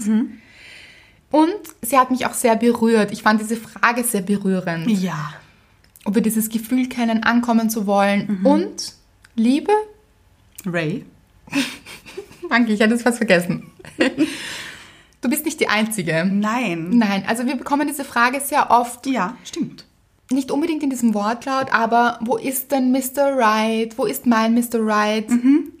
A: Und sie hat mich auch sehr berührt. Ich fand diese Frage sehr berührend.
B: Ja.
A: Ob wir dieses Gefühl kennen, ankommen zu wollen. Und Liebe?
B: Ray?
A: Danke, ich hätte es fast vergessen. du bist nicht die Einzige.
B: Nein.
A: Nein, also wir bekommen diese Frage sehr oft,
B: Ja, stimmt.
A: nicht unbedingt in diesem Wortlaut, aber wo ist denn Mr. Right? Wo ist mein Mr. Right?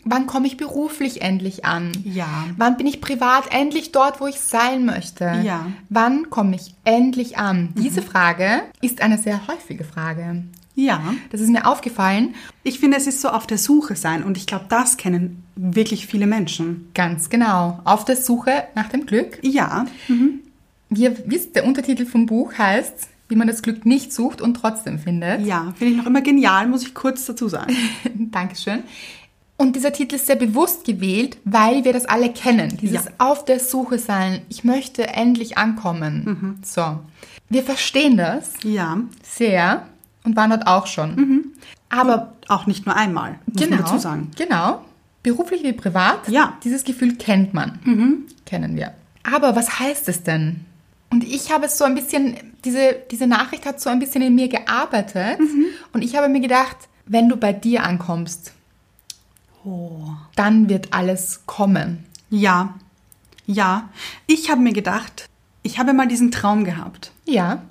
A: Wann komme ich beruflich endlich an?
B: Mhm. Ja.
A: Wann bin ich privat endlich dort, wo ich sein möchte?
B: Ja. Mhm.
A: Wann komme ich endlich an? Diese Frage ist eine sehr häufige Frage.
B: Ja.
A: Das ist mir aufgefallen.
B: Ich finde, es ist so auf der Suche sein und ich glaube, das kennen wirklich viele Menschen.
A: Ganz genau. Auf der Suche nach dem Glück.
B: Ja.
A: Wie ihr wisst, der Untertitel vom Buch heißt, wie man das Glück nicht sucht und trotzdem findet.
B: Ja, finde ich noch immer genial, muss ich kurz dazu sagen.
A: Dankeschön. Und dieser Titel ist sehr bewusst gewählt, weil wir das alle kennen. Dieses
B: Ja.
A: Auf der Suche sein. Ich möchte endlich ankommen.
B: Mhm.
A: So. Wir verstehen das
B: Ja.
A: sehr und waren dort auch schon. Aber
B: Auch nicht nur einmal, Mhm. muss
A: genau,
B: man dazu sagen.
A: genau, beruflich wie privat,
B: Ja. Mhm.
A: dieses Gefühl kennt man, kennen wir. Aber was heißt es denn? Und ich habe es so ein bisschen, diese, diese Nachricht hat so ein bisschen in mir gearbeitet
B: Mhm.
A: und ich habe mir gedacht, wenn du bei dir ankommst,
B: Oh.
A: dann wird alles kommen.
B: Ja. Ja. Ich habe mir gedacht, ich habe mal diesen Traum gehabt,
A: Ja,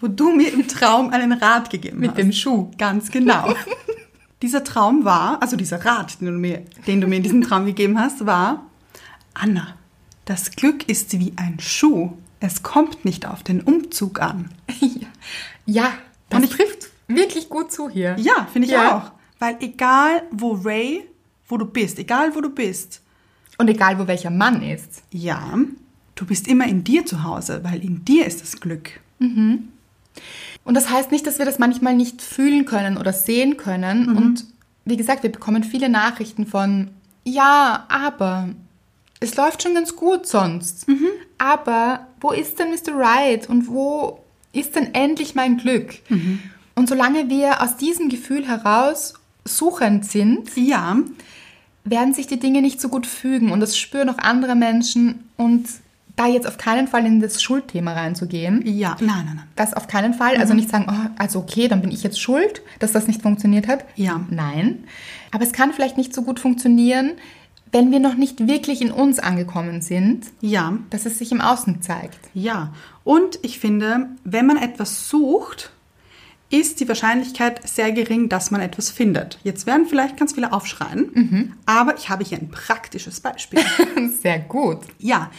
B: wo du mir im Traum einen Rat gegeben
A: mit
B: hast.
A: dem Schuh.
B: Ganz genau. dieser Traum war, also dieser Rat, den du mir, den du mir in diesem Traum gegeben hast, war, Anna, das Glück ist wie ein Schuh. Es kommt nicht auf den Umzug an.
A: ja, das
B: Und ich-
A: trifft wirklich gut zu hier.
B: Ja, finde ich
A: Ja.
B: auch. Weil egal wo Ray, wo du bist, egal wo du bist,
A: Und egal, wo welcher Mann ist,
B: ja, du bist immer in dir zu Hause, weil in dir ist das Glück.
A: Und das heißt nicht, dass wir das manchmal nicht fühlen können oder sehen können. Und wie gesagt, wir bekommen viele Nachrichten von, ja, aber es läuft schon ganz gut sonst. Aber wo ist denn Mr. Right und wo ist denn endlich mein Glück? Und solange wir aus diesem Gefühl heraus suchend sind,
B: Ja,
A: werden sich die Dinge nicht so gut fügen und das spüren auch andere Menschen. Und da jetzt auf keinen Fall in das Schuldthema reinzugehen,
B: ja, Mhm. nein, nein, nein.
A: das auf keinen Fall. Also nicht sagen, oh, also okay, dann bin ich jetzt schuld, dass das nicht funktioniert hat.
B: Ja.
A: Nein. Aber es kann vielleicht nicht so gut funktionieren, wenn wir noch nicht wirklich in uns angekommen sind,
B: Ja,
A: dass es sich im Außen zeigt.
B: Ja, und ich finde, wenn man etwas sucht, ist die Wahrscheinlichkeit sehr gering, dass man etwas findet. Jetzt werden vielleicht ganz viele aufschreien, aber ich habe hier ein praktisches Beispiel.
A: Sehr gut.
B: ja,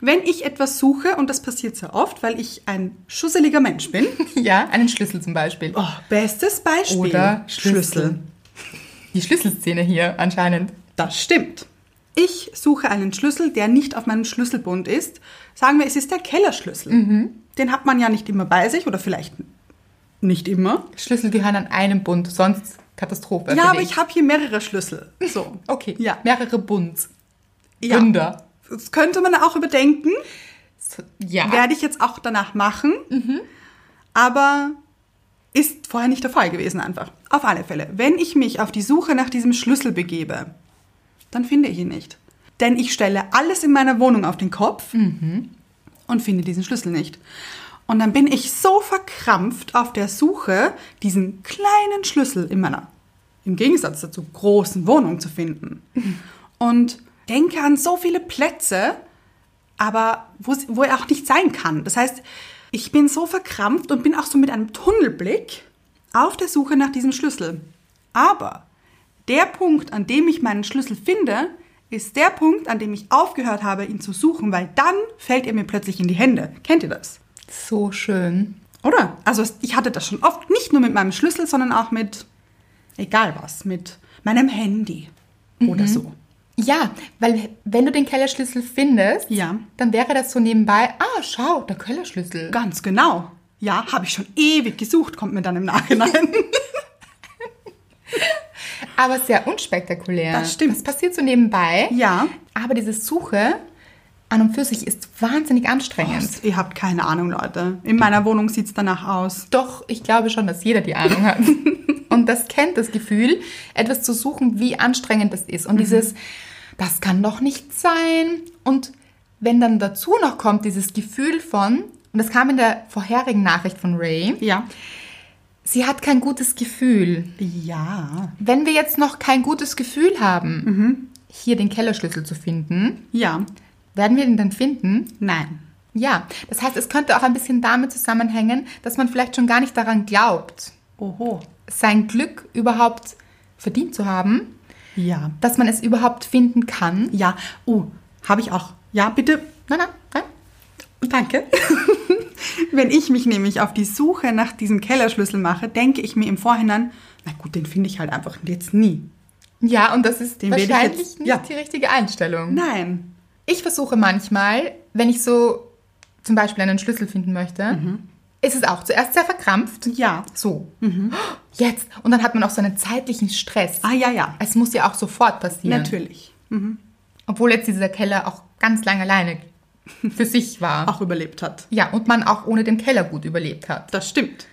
B: wenn ich etwas suche, und das passiert sehr oft, weil ich ein schusseliger Mensch bin,
A: Ja, einen Schlüssel zum Beispiel.
B: oh, bestes Beispiel.
A: Oder Schlüssel. Die Schlüsselszene hier anscheinend.
B: Das stimmt. Ich suche einen Schlüssel, der nicht auf meinem Schlüsselbund ist. Sagen wir, es ist der Kellerschlüssel.
A: Mhm.
B: Den hat man ja nicht immer bei sich oder vielleicht nicht immer.
A: Schlüssel gehören an einem Bund, sonst Katastrophe.
B: Ja,
A: für
B: aber
A: dich.
B: ich habe hier mehrere Schlüssel. So.
A: Okay,
B: Ja.
A: mehrere Bunds.
B: Ja.
A: Bünder.
B: Das könnte man auch überdenken.
A: So, ja.
B: Werde ich jetzt auch danach machen. Aber ist vorher nicht der Fall gewesen einfach. Auf alle Fälle. Wenn ich mich auf die Suche nach diesem Schlüssel begebe, dann finde ich ihn nicht. Denn ich stelle alles in meiner Wohnung auf den Kopf und finde diesen Schlüssel nicht. Und dann bin ich so verkrampft auf der Suche, diesen kleinen Schlüssel in meiner, im Gegensatz dazu, großen Wohnung zu finden. Und denke an so viele Plätze, aber wo, es- wo er auch nicht sein kann. Das heißt, ich bin so verkrampft und bin auch so mit einem Tunnelblick auf der Suche nach diesem Schlüssel. Aber der Punkt, an dem ich meinen Schlüssel finde, ist der Punkt, an dem ich aufgehört habe, ihn zu suchen, weil dann fällt er mir plötzlich in die Hände. Kennt ihr das?
A: So schön.
B: Oder? Also es- ich hatte das schon oft, nicht nur mit meinem Schlüssel, sondern auch mit, egal was, mit meinem Handy oder so.
A: Ja, weil wenn du den Kellerschlüssel findest,
B: Ja.
A: dann wäre das so nebenbei, ah, schau, der Kellerschlüssel.
B: Ganz genau. Ja, habe ich schon ewig gesucht, kommt mir dann im Nachhinein.
A: Aber sehr unspektakulär.
B: Das stimmt.
A: Das passiert so nebenbei.
B: Ja.
A: Aber diese Suche an und für sich ist wahnsinnig anstrengend.
B: Boah, ihr habt keine Ahnung, Leute. In meiner Wohnung sieht es danach aus.
A: Doch, ich glaube schon, dass jeder die Ahnung hat. und das kennt das Gefühl, etwas zu suchen, wie anstrengend das ist. Und dieses, das kann doch nicht sein. Und Wenn dann dazu noch kommt dieses Gefühl von, und das kam in der vorherigen Nachricht von Ray,
B: Ja.
A: sie hat kein gutes Gefühl.
B: Ja.
A: Wenn wir jetzt noch kein gutes Gefühl haben, hier den Kellerschlüssel zu finden,
B: Ja.
A: werden wir den dann finden?
B: Nein.
A: Ja, das heißt, es könnte auch ein bisschen damit zusammenhängen, dass man vielleicht schon gar nicht daran glaubt,
B: Oho.
A: sein Glück überhaupt verdient zu haben,
B: Ja.
A: dass man es überhaupt finden kann.
B: Ja. Oh, habe ich auch. Ja, bitte.
A: Nein, nein, nein.
B: Danke. Wenn ich mich nämlich auf die Suche nach diesem Kellerschlüssel mache, denke ich mir im Vorhinein, na gut, den finde ich halt einfach jetzt nie.
A: Ja, und das ist
B: Den werde ich
A: wahrscheinlich
B: jetzt-
A: nicht
B: ja.
A: die richtige Einstellung.
B: Nein.
A: Ich versuche manchmal, wenn ich so zum Beispiel einen Schlüssel finden möchte, ist es auch zuerst sehr verkrampft.
B: Mhm. Ja. Mhm.
A: So. Jetzt. Und dann hat man auch so einen zeitlichen Stress.
B: Ah, ja, ja.
A: Es muss ja auch sofort passieren.
B: Natürlich.
A: Obwohl jetzt dieser Keller auch ganz lange alleine für sich war.
B: Auch überlebt hat.
A: Ja, und man auch ohne den Keller gut überlebt hat.
B: Das stimmt.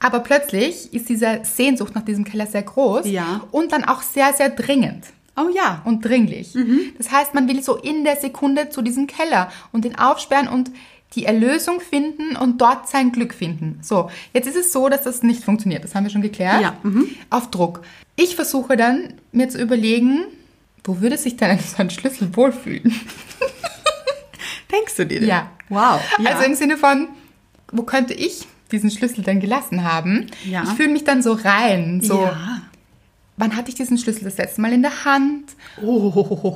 A: Aber plötzlich ist diese Sehnsucht nach diesem Keller sehr groß
B: Ja.
A: und dann auch sehr, sehr dringend
B: Oh ja.
A: und dringlich.
B: Mhm.
A: Das heißt, man will so in der Sekunde zu diesem Keller und den aufsperren und die Erlösung finden und dort sein Glück finden. So, jetzt ist es so, dass das nicht funktioniert. Das haben wir schon geklärt.
B: Ja, mhm.
A: Auf Druck. Ich versuche dann, mir zu überlegen, wo würde sich denn so ein Schlüssel wohlfühlen?
B: Denkst du dir den?
A: Ja.
B: Wow. Ja.
A: Also im Sinne von, wo könnte ich diesen Schlüssel denn gelassen haben?
B: Ja.
A: Ich fühle mich dann so rein. So,
B: Ja.
A: wann hatte ich diesen Schlüssel das letzte Mal in der Hand?
B: Oh, ho, ho, ho. Ho,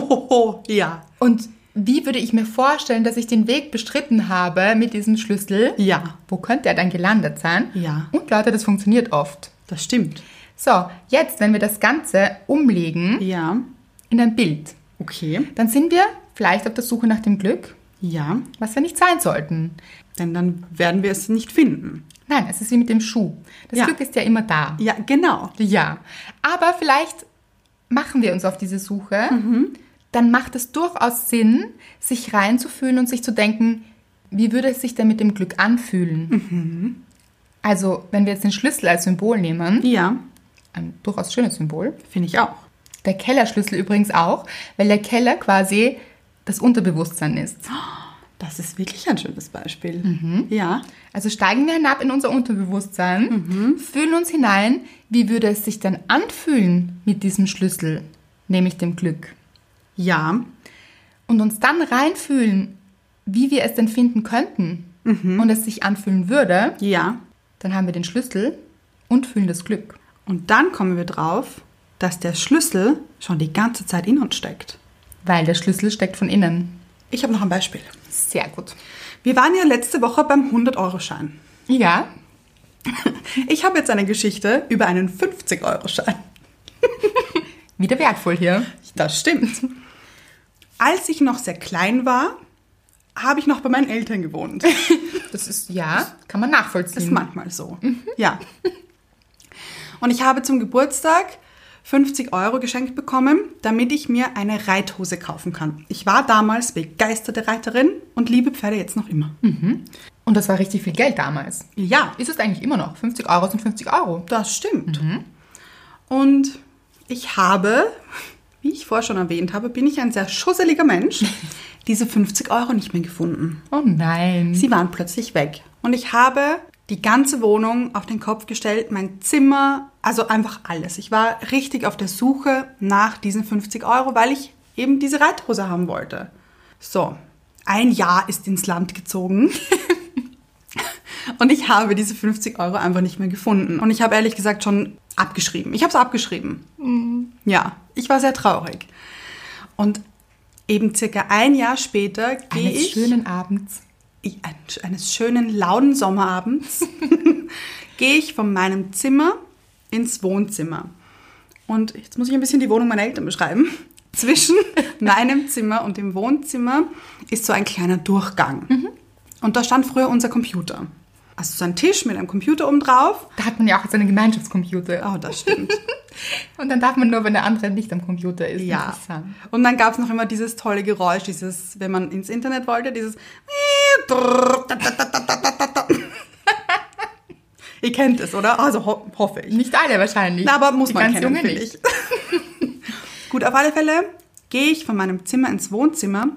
B: ho, ho. Oh, Ja.
A: Und wie würde ich mir vorstellen, dass ich den Weg bestritten habe mit diesem Schlüssel?
B: Ja.
A: Wo könnte er dann gelandet sein?
B: Ja.
A: Und Leute, das funktioniert oft.
B: Das stimmt.
A: So, jetzt, wenn wir das Ganze umlegen
B: Ja.
A: in ein Bild,
B: Okay.
A: dann sind wir vielleicht auf der Suche nach dem Glück,
B: Ja.
A: was wir nicht sein sollten.
B: Denn dann werden wir es nicht finden.
A: Nein, es ist wie mit dem Schuh. Das
B: Ja.
A: Glück ist ja immer da.
B: Ja, genau.
A: Ja, aber vielleicht machen wir uns auf diese Suche. Dann macht es durchaus Sinn, sich reinzufühlen und sich zu denken, wie würde es sich denn mit dem Glück anfühlen? Also, wenn wir jetzt den Schlüssel als Symbol nehmen,
B: Ja.
A: ein durchaus schönes Symbol,
B: Finde ich auch.
A: der Kellerschlüssel übrigens auch, weil der Keller quasi das Unterbewusstsein ist.
B: Das ist wirklich ein schönes Beispiel. Ja.
A: Also steigen wir hinab in unser Unterbewusstsein, fühlen uns hinein, wie würde es sich dann anfühlen mit diesem Schlüssel, nämlich dem Glück.
B: Ja.
A: und uns dann reinfühlen, wie wir es denn finden könnten
B: Mhm.
A: und es sich anfühlen würde,
B: Ja.
A: dann haben wir den Schlüssel und fühlen das Glück.
B: Und dann kommen wir drauf, dass der Schlüssel schon die ganze Zeit in uns steckt.
A: Weil der Schlüssel steckt von innen.
B: Ich habe noch ein Beispiel.
A: Sehr gut.
B: Wir waren ja letzte Woche beim 100-Euro-Schein.
A: Ja,
B: Ich habe jetzt eine Geschichte über einen 50-Euro-Schein.
A: wieder wertvoll hier.
B: Das stimmt. Als ich noch sehr klein war, habe ich noch bei meinen Eltern gewohnt.
A: Das ist, ja, kann man
B: Das ist
A: nachvollziehen.
B: manchmal so. Ja. Und ich habe zum Geburtstag 50 Euro geschenkt bekommen, damit ich mir eine Reithose kaufen kann. Ich war damals begeisterte Reiterin und liebe Pferde jetzt noch immer.
A: Und das war richtig viel Geld damals.
B: Ja,
A: Ist es eigentlich immer noch? 50 Euro sind 50 Euro.
B: das stimmt. Und ich habe, wie ich vorher schon erwähnt habe, bin ich ein sehr schusseliger Mensch, diese 50 Euro nicht mehr gefunden.
A: Oh nein.
B: Sie waren plötzlich weg. Und ich habe die ganze Wohnung auf den Kopf gestellt, mein Zimmer, also einfach alles. Ich war richtig auf der Suche nach diesen 50 Euro, weil ich eben diese Reithose haben wollte. So, ein Jahr ist ins Land gezogen. Und ich habe diese 50 Euro einfach nicht mehr gefunden. Und ich habe ehrlich gesagt schon abgeschrieben. Ich habe es abgeschrieben. Ja, ich war sehr traurig. Und eben circa ein Jahr später gehe
A: Eines
B: ich
A: schönen Abends.
B: ich- ein, eines schönen, lauen Sommerabends gehe ich von meinem Zimmer ins Wohnzimmer. Und jetzt muss ich ein bisschen die Wohnung meiner Eltern beschreiben. Zwischen meinem Zimmer und dem Wohnzimmer ist so ein kleiner Durchgang. Und da stand früher unser Computer. Also so ein Tisch mit einem Computer oben drauf.
A: Da hat man ja auch jetzt einen Gemeinschaftscomputer.
B: Oh, das stimmt.
A: Und dann darf man nur, wenn der andere nicht am Computer ist.
B: Oh. Ja.
A: Interessant.
B: Und dann gab es noch immer dieses tolle Geräusch, dieses, wenn man ins Internet wollte, dieses. Ihr kennt es, oder? Also ho hoffe ich.
A: Nicht alle wahrscheinlich.
B: Na, aber muss
A: Die
B: man
A: ganz
B: kennen,
A: Junge
B: finde ich. Gut, auf alle Fälle gehe ich von meinem Zimmer ins Wohnzimmer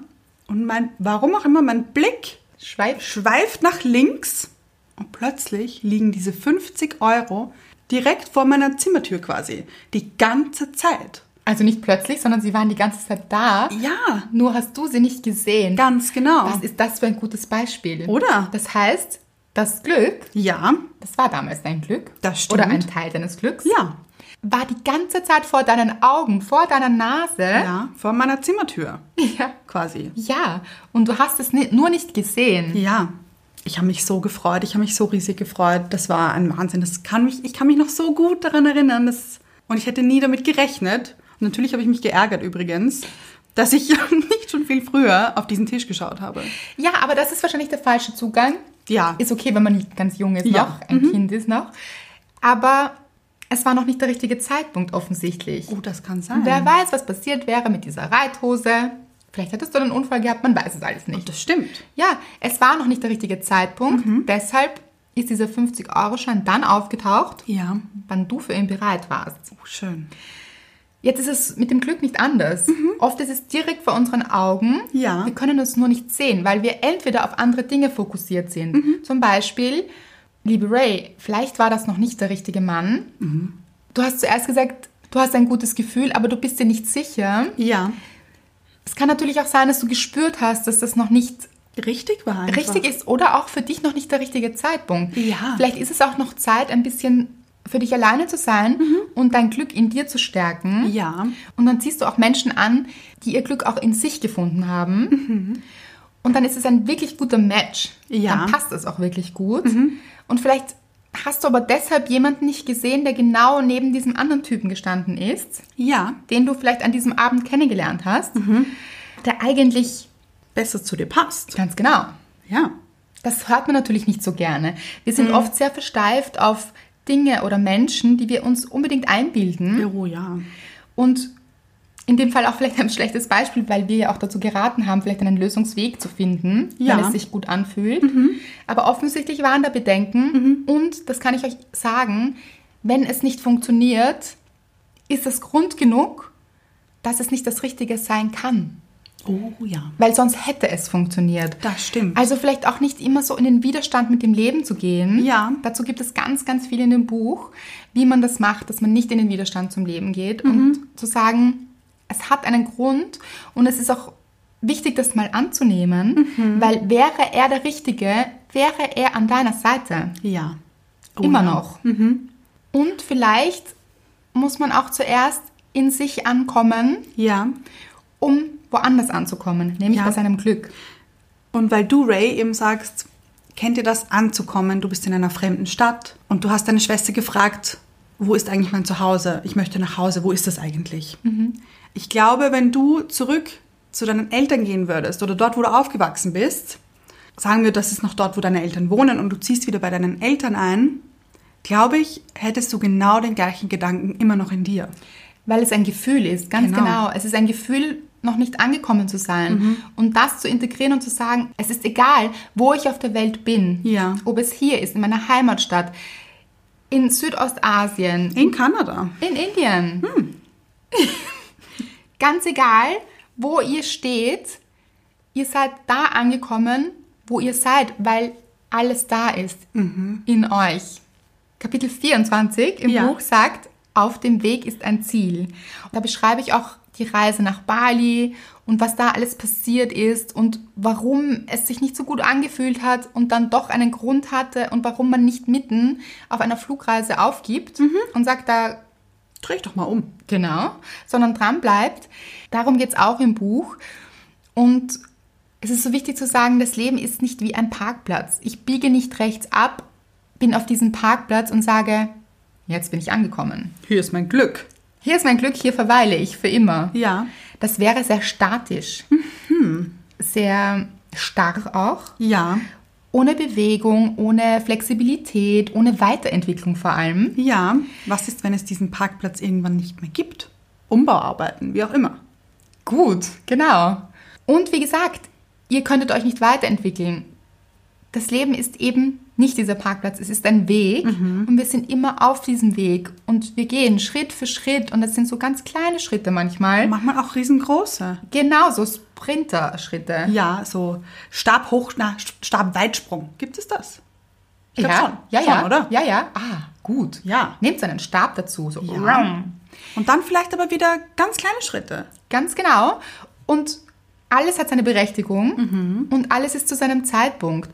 B: Und mein, warum auch immer, mein Blick
A: Schweif.
B: schweift nach links und plötzlich liegen diese 50 Euro direkt vor meiner Zimmertür quasi. Die ganze Zeit.
A: Also nicht plötzlich, sondern sie waren die ganze Zeit da.
B: Ja,
A: Nur hast du sie nicht gesehen.
B: ganz genau.
A: Was ist das für ein gutes Beispiel?
B: Oder?
A: Das heißt, das Glück,
B: ja,
A: das war damals dein Glück.
B: Das stimmt.
A: Oder ein Teil deines Glücks.
B: ja,
A: War die ganze Zeit vor deinen Augen, vor deiner Nase.
B: ja, vor meiner Zimmertür
A: Ja.
B: quasi.
A: Ja. Und du hast es ni- nur nicht gesehen.
B: Ja, ich habe mich so gefreut, ich habe mich so riesig gefreut. Das war ein Wahnsinn. Das kann mich, ich kann mich noch so gut daran erinnern. Das, und ich hätte nie damit gerechnet. Und natürlich habe ich mich geärgert übrigens, dass ich nicht schon viel früher auf diesen Tisch geschaut habe.
A: Ja, aber das ist wahrscheinlich der falsche Zugang.
B: Ja.
A: Ist okay, wenn man ganz jung ist
B: Ja. Mhm.
A: noch, ein Kind ist noch. Aber es war noch nicht der richtige Zeitpunkt offensichtlich.
B: Oh, das kann sein.
A: Und Wer weiß, was passiert wäre mit dieser Reithose. Vielleicht hättest du einen Unfall gehabt, man weiß es alles nicht.
B: Das stimmt.
A: Ja, es war noch nicht der richtige Zeitpunkt.
B: Mhm.
A: Deshalb ist dieser 50-Euro-Schein dann aufgetaucht,
B: Ja.
A: wann du für ihn bereit warst.
B: Oh, schön.
A: Jetzt ist es mit dem Glück nicht anders. Oft ist es direkt vor unseren Augen.
B: Mhm. Ja.
A: Wir können es nur nicht sehen, weil wir entweder auf andere Dinge fokussiert sind.
B: Mhm.
A: Zum Beispiel, liebe Ray, vielleicht war das noch nicht der richtige Mann.
B: Mhm.
A: Du hast zuerst gesagt, du hast ein gutes Gefühl, aber du bist dir nicht sicher.
B: Ja.
A: Es kann natürlich auch sein, dass du gespürt hast, dass das noch nicht
B: Richtig war einfach.
A: richtig ist oder auch für dich noch nicht der richtige Zeitpunkt.
B: Ja.
A: Vielleicht ist es auch noch Zeit, ein bisschen für dich alleine zu sein und dein Glück in dir zu stärken.
B: Mhm. Ja.
A: Und dann ziehst du auch Menschen an, die ihr Glück auch in sich gefunden haben. Und dann ist es ein wirklich guter Match.
B: Mhm. Ja. Mhm.
A: Dann passt es auch wirklich gut. Und vielleicht hast du aber deshalb jemanden nicht gesehen, der genau neben diesem anderen Typen gestanden ist,
B: Ja.
A: den du vielleicht an diesem Abend kennengelernt hast,
B: Mhm.
A: der eigentlich
B: Besser zu dir passt.
A: ganz genau
B: Ja.
A: das hört man natürlich nicht so gerne. Wir
B: Mhm.
A: sind oft sehr versteift auf Dinge oder Menschen, die wir uns unbedingt einbilden.
B: Oh ja.
A: Und in dem Fall auch vielleicht ein schlechtes Beispiel, weil wir ja auch dazu geraten haben, vielleicht einen Lösungsweg zu finden,
B: Ja. Mhm.
A: wenn es sich gut anfühlt. Aber offensichtlich waren da Bedenken. Und das kann ich euch sagen, wenn es nicht funktioniert, ist das Grund genug, dass es nicht das Richtige sein kann.
B: Oh ja.
A: Weil sonst hätte es funktioniert.
B: Das stimmt.
A: Also vielleicht auch nicht immer so in den Widerstand mit dem Leben zu gehen.
B: Ja.
A: Dazu gibt es ganz, ganz viel in dem Buch, wie man das macht, dass man nicht in den Widerstand zum Leben geht
B: Mhm.
A: und zu sagen, es hat einen Grund und es ist auch wichtig, das mal anzunehmen,
B: Mhm.
A: weil wäre er der Richtige, wäre er an deiner Seite.
B: Ja. Oh,
A: Immer
B: ja. Mhm.
A: noch. Und vielleicht muss man auch zuerst in sich ankommen,
B: Ja.
A: um woanders anzukommen, nämlich
B: Ja.
A: bei seinem Glück.
B: Und weil du, Ray, eben sagst, kennt ihr das anzukommen? Du bist in einer fremden Stadt und du hast deine Schwester gefragt, wo ist eigentlich mein Zuhause? Ich möchte nach Hause, wo ist das eigentlich? Ich glaube, wenn du zurück zu deinen Eltern gehen würdest oder dort, wo du aufgewachsen bist, sagen wir, das ist noch dort, wo deine Eltern wohnen und du ziehst wieder bei deinen Eltern ein, glaube ich, hättest du genau den gleichen Gedanken immer noch in dir.
A: Weil es ein Gefühl ist, ganz
B: Genau. Mhm.
A: genau. Es ist ein Gefühl, noch nicht angekommen zu sein. Und das zu integrieren und zu sagen, es ist egal, wo ich auf der Welt bin.
B: Ja.
A: Ob es hier ist, in meiner Heimatstadt, in Südostasien,
B: In Kanada.
A: in Indien. Hm. ganz egal, wo ihr steht, ihr seid da angekommen, wo ihr seid, weil alles da ist in euch. Kapitel 24 im
B: Ja.
A: Buch sagt, auf dem Weg ist ein Ziel. Und da beschreibe ich auch die Reise nach Bali und was da alles passiert ist und warum es sich nicht so gut angefühlt hat und dann doch einen Grund hatte und warum man nicht mitten auf einer Flugreise aufgibt und sagt, da
B: Dreh ich doch mal um.
A: Genau, sondern dran bleibt. Darum geht es auch im Buch. Und es ist so wichtig zu sagen, das Leben ist nicht wie ein Parkplatz. Ich biege nicht rechts ab, bin auf diesem Parkplatz und sage, jetzt bin ich angekommen.
B: Hier ist mein Glück.
A: Hier ist mein Glück, hier verweile ich für immer.
B: Ja.
A: Das wäre sehr statisch, sehr starr auch,
B: Ja.
A: ohne Bewegung, ohne Flexibilität, ohne Weiterentwicklung vor allem.
B: Ja, was ist, wenn es diesen Parkplatz irgendwann nicht mehr gibt? Umbauarbeiten, wie auch immer.
A: Gut, genau. Und wie gesagt, ihr könntet euch nicht weiterentwickeln. Das Leben ist eben nicht dieser Parkplatz, es ist ein Weg
B: Mhm.
A: und wir sind immer auf diesem Weg und wir gehen Schritt für Schritt und das sind so ganz kleine Schritte manchmal.
B: Manchmal auch riesengroße.
A: Genau, so Sprinter-Schritte.
B: Ja, so Stabhoch, na, Stabweitsprung. Gibt es das? Ich glaub schon.
A: ja,
B: schon,
A: ja,
B: oder?
A: ja, ja. Ah, gut.
B: Ja.
A: Nehmt einen Stab dazu, so.
B: Ja. Und dann vielleicht aber wieder ganz kleine Schritte.
A: Ganz genau. Und alles hat seine Berechtigung
B: Mhm.
A: und alles ist zu seinem Zeitpunkt.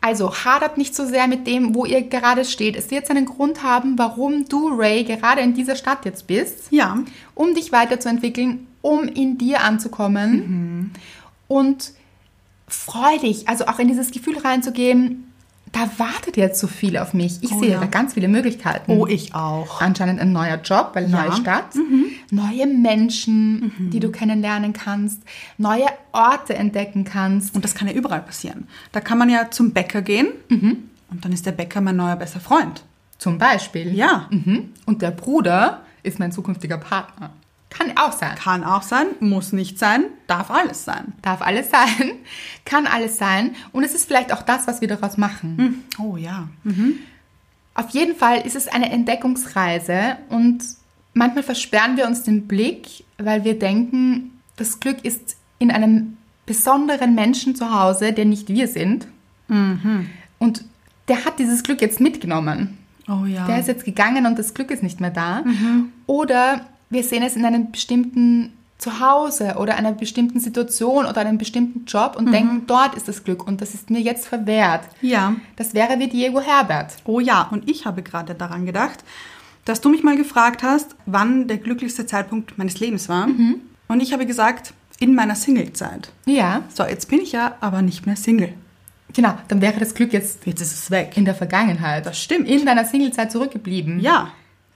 A: Also hadert nicht so sehr mit dem, wo ihr gerade steht. Es wird seinen Grund haben, warum du, Ray, gerade in dieser Stadt jetzt bist,
B: Ja.
A: um dich weiterzuentwickeln, um in dir
B: Mhm.
A: anzukommen. Und freu dich, also auch in dieses Gefühl reinzugeben, da wartet jetzt so viel auf mich. Ich
B: Oh
A: sehe
B: ja.
A: da ganz viele Möglichkeiten
B: Oh, ich auch.
A: anscheinend ein neuer Job, weil
B: Ja. Mhm.
A: neue Stadt, neue Menschen, die du kennenlernen kannst, neue Orte entdecken kannst.
B: Und das kann ja überall passieren. Da kann man ja zum Bäcker gehen und dann ist der Bäcker mein neuer bester Freund.
A: Zum Beispiel.
B: Ja.
A: Mhm. Und der Bruder ist mein zukünftiger Partner. Kann auch sein.
B: Kann auch sein, muss nicht sein, darf alles sein.
A: Darf alles sein. Kann alles sein. Und es ist vielleicht auch das, was wir daraus machen.
B: Oh ja.
A: Auf jeden Fall ist es eine Entdeckungsreise und manchmal versperren wir uns den Blick, weil wir denken, das Glück ist in einem besonderen Menschen zu Hause, der nicht wir sind. Und der hat dieses Glück jetzt mitgenommen.
B: Oh ja.
A: Der ist jetzt gegangen und das Glück ist nicht mehr da. Oder wir sehen es in einem bestimmten Zuhause oder einer bestimmten Situation oder einem bestimmten Job und denken, dort ist das Glück und das ist mir jetzt verwehrt.
B: ja.
A: Das wäre wie Diego Herbert.
B: Oh ja, und ich habe gerade daran gedacht, dass du mich mal gefragt hast, wann der glücklichste Zeitpunkt meines Lebens war. Und ich habe gesagt, in meiner Singlezeit.
A: Ja.
B: So, jetzt bin ich ja aber nicht mehr Single.
A: Genau, dann wäre das Glück jetzt
B: Jetzt ist es weg.
A: in der Vergangenheit.
B: Das stimmt.
A: In deiner Singlezeit zurückgeblieben.
B: Ja,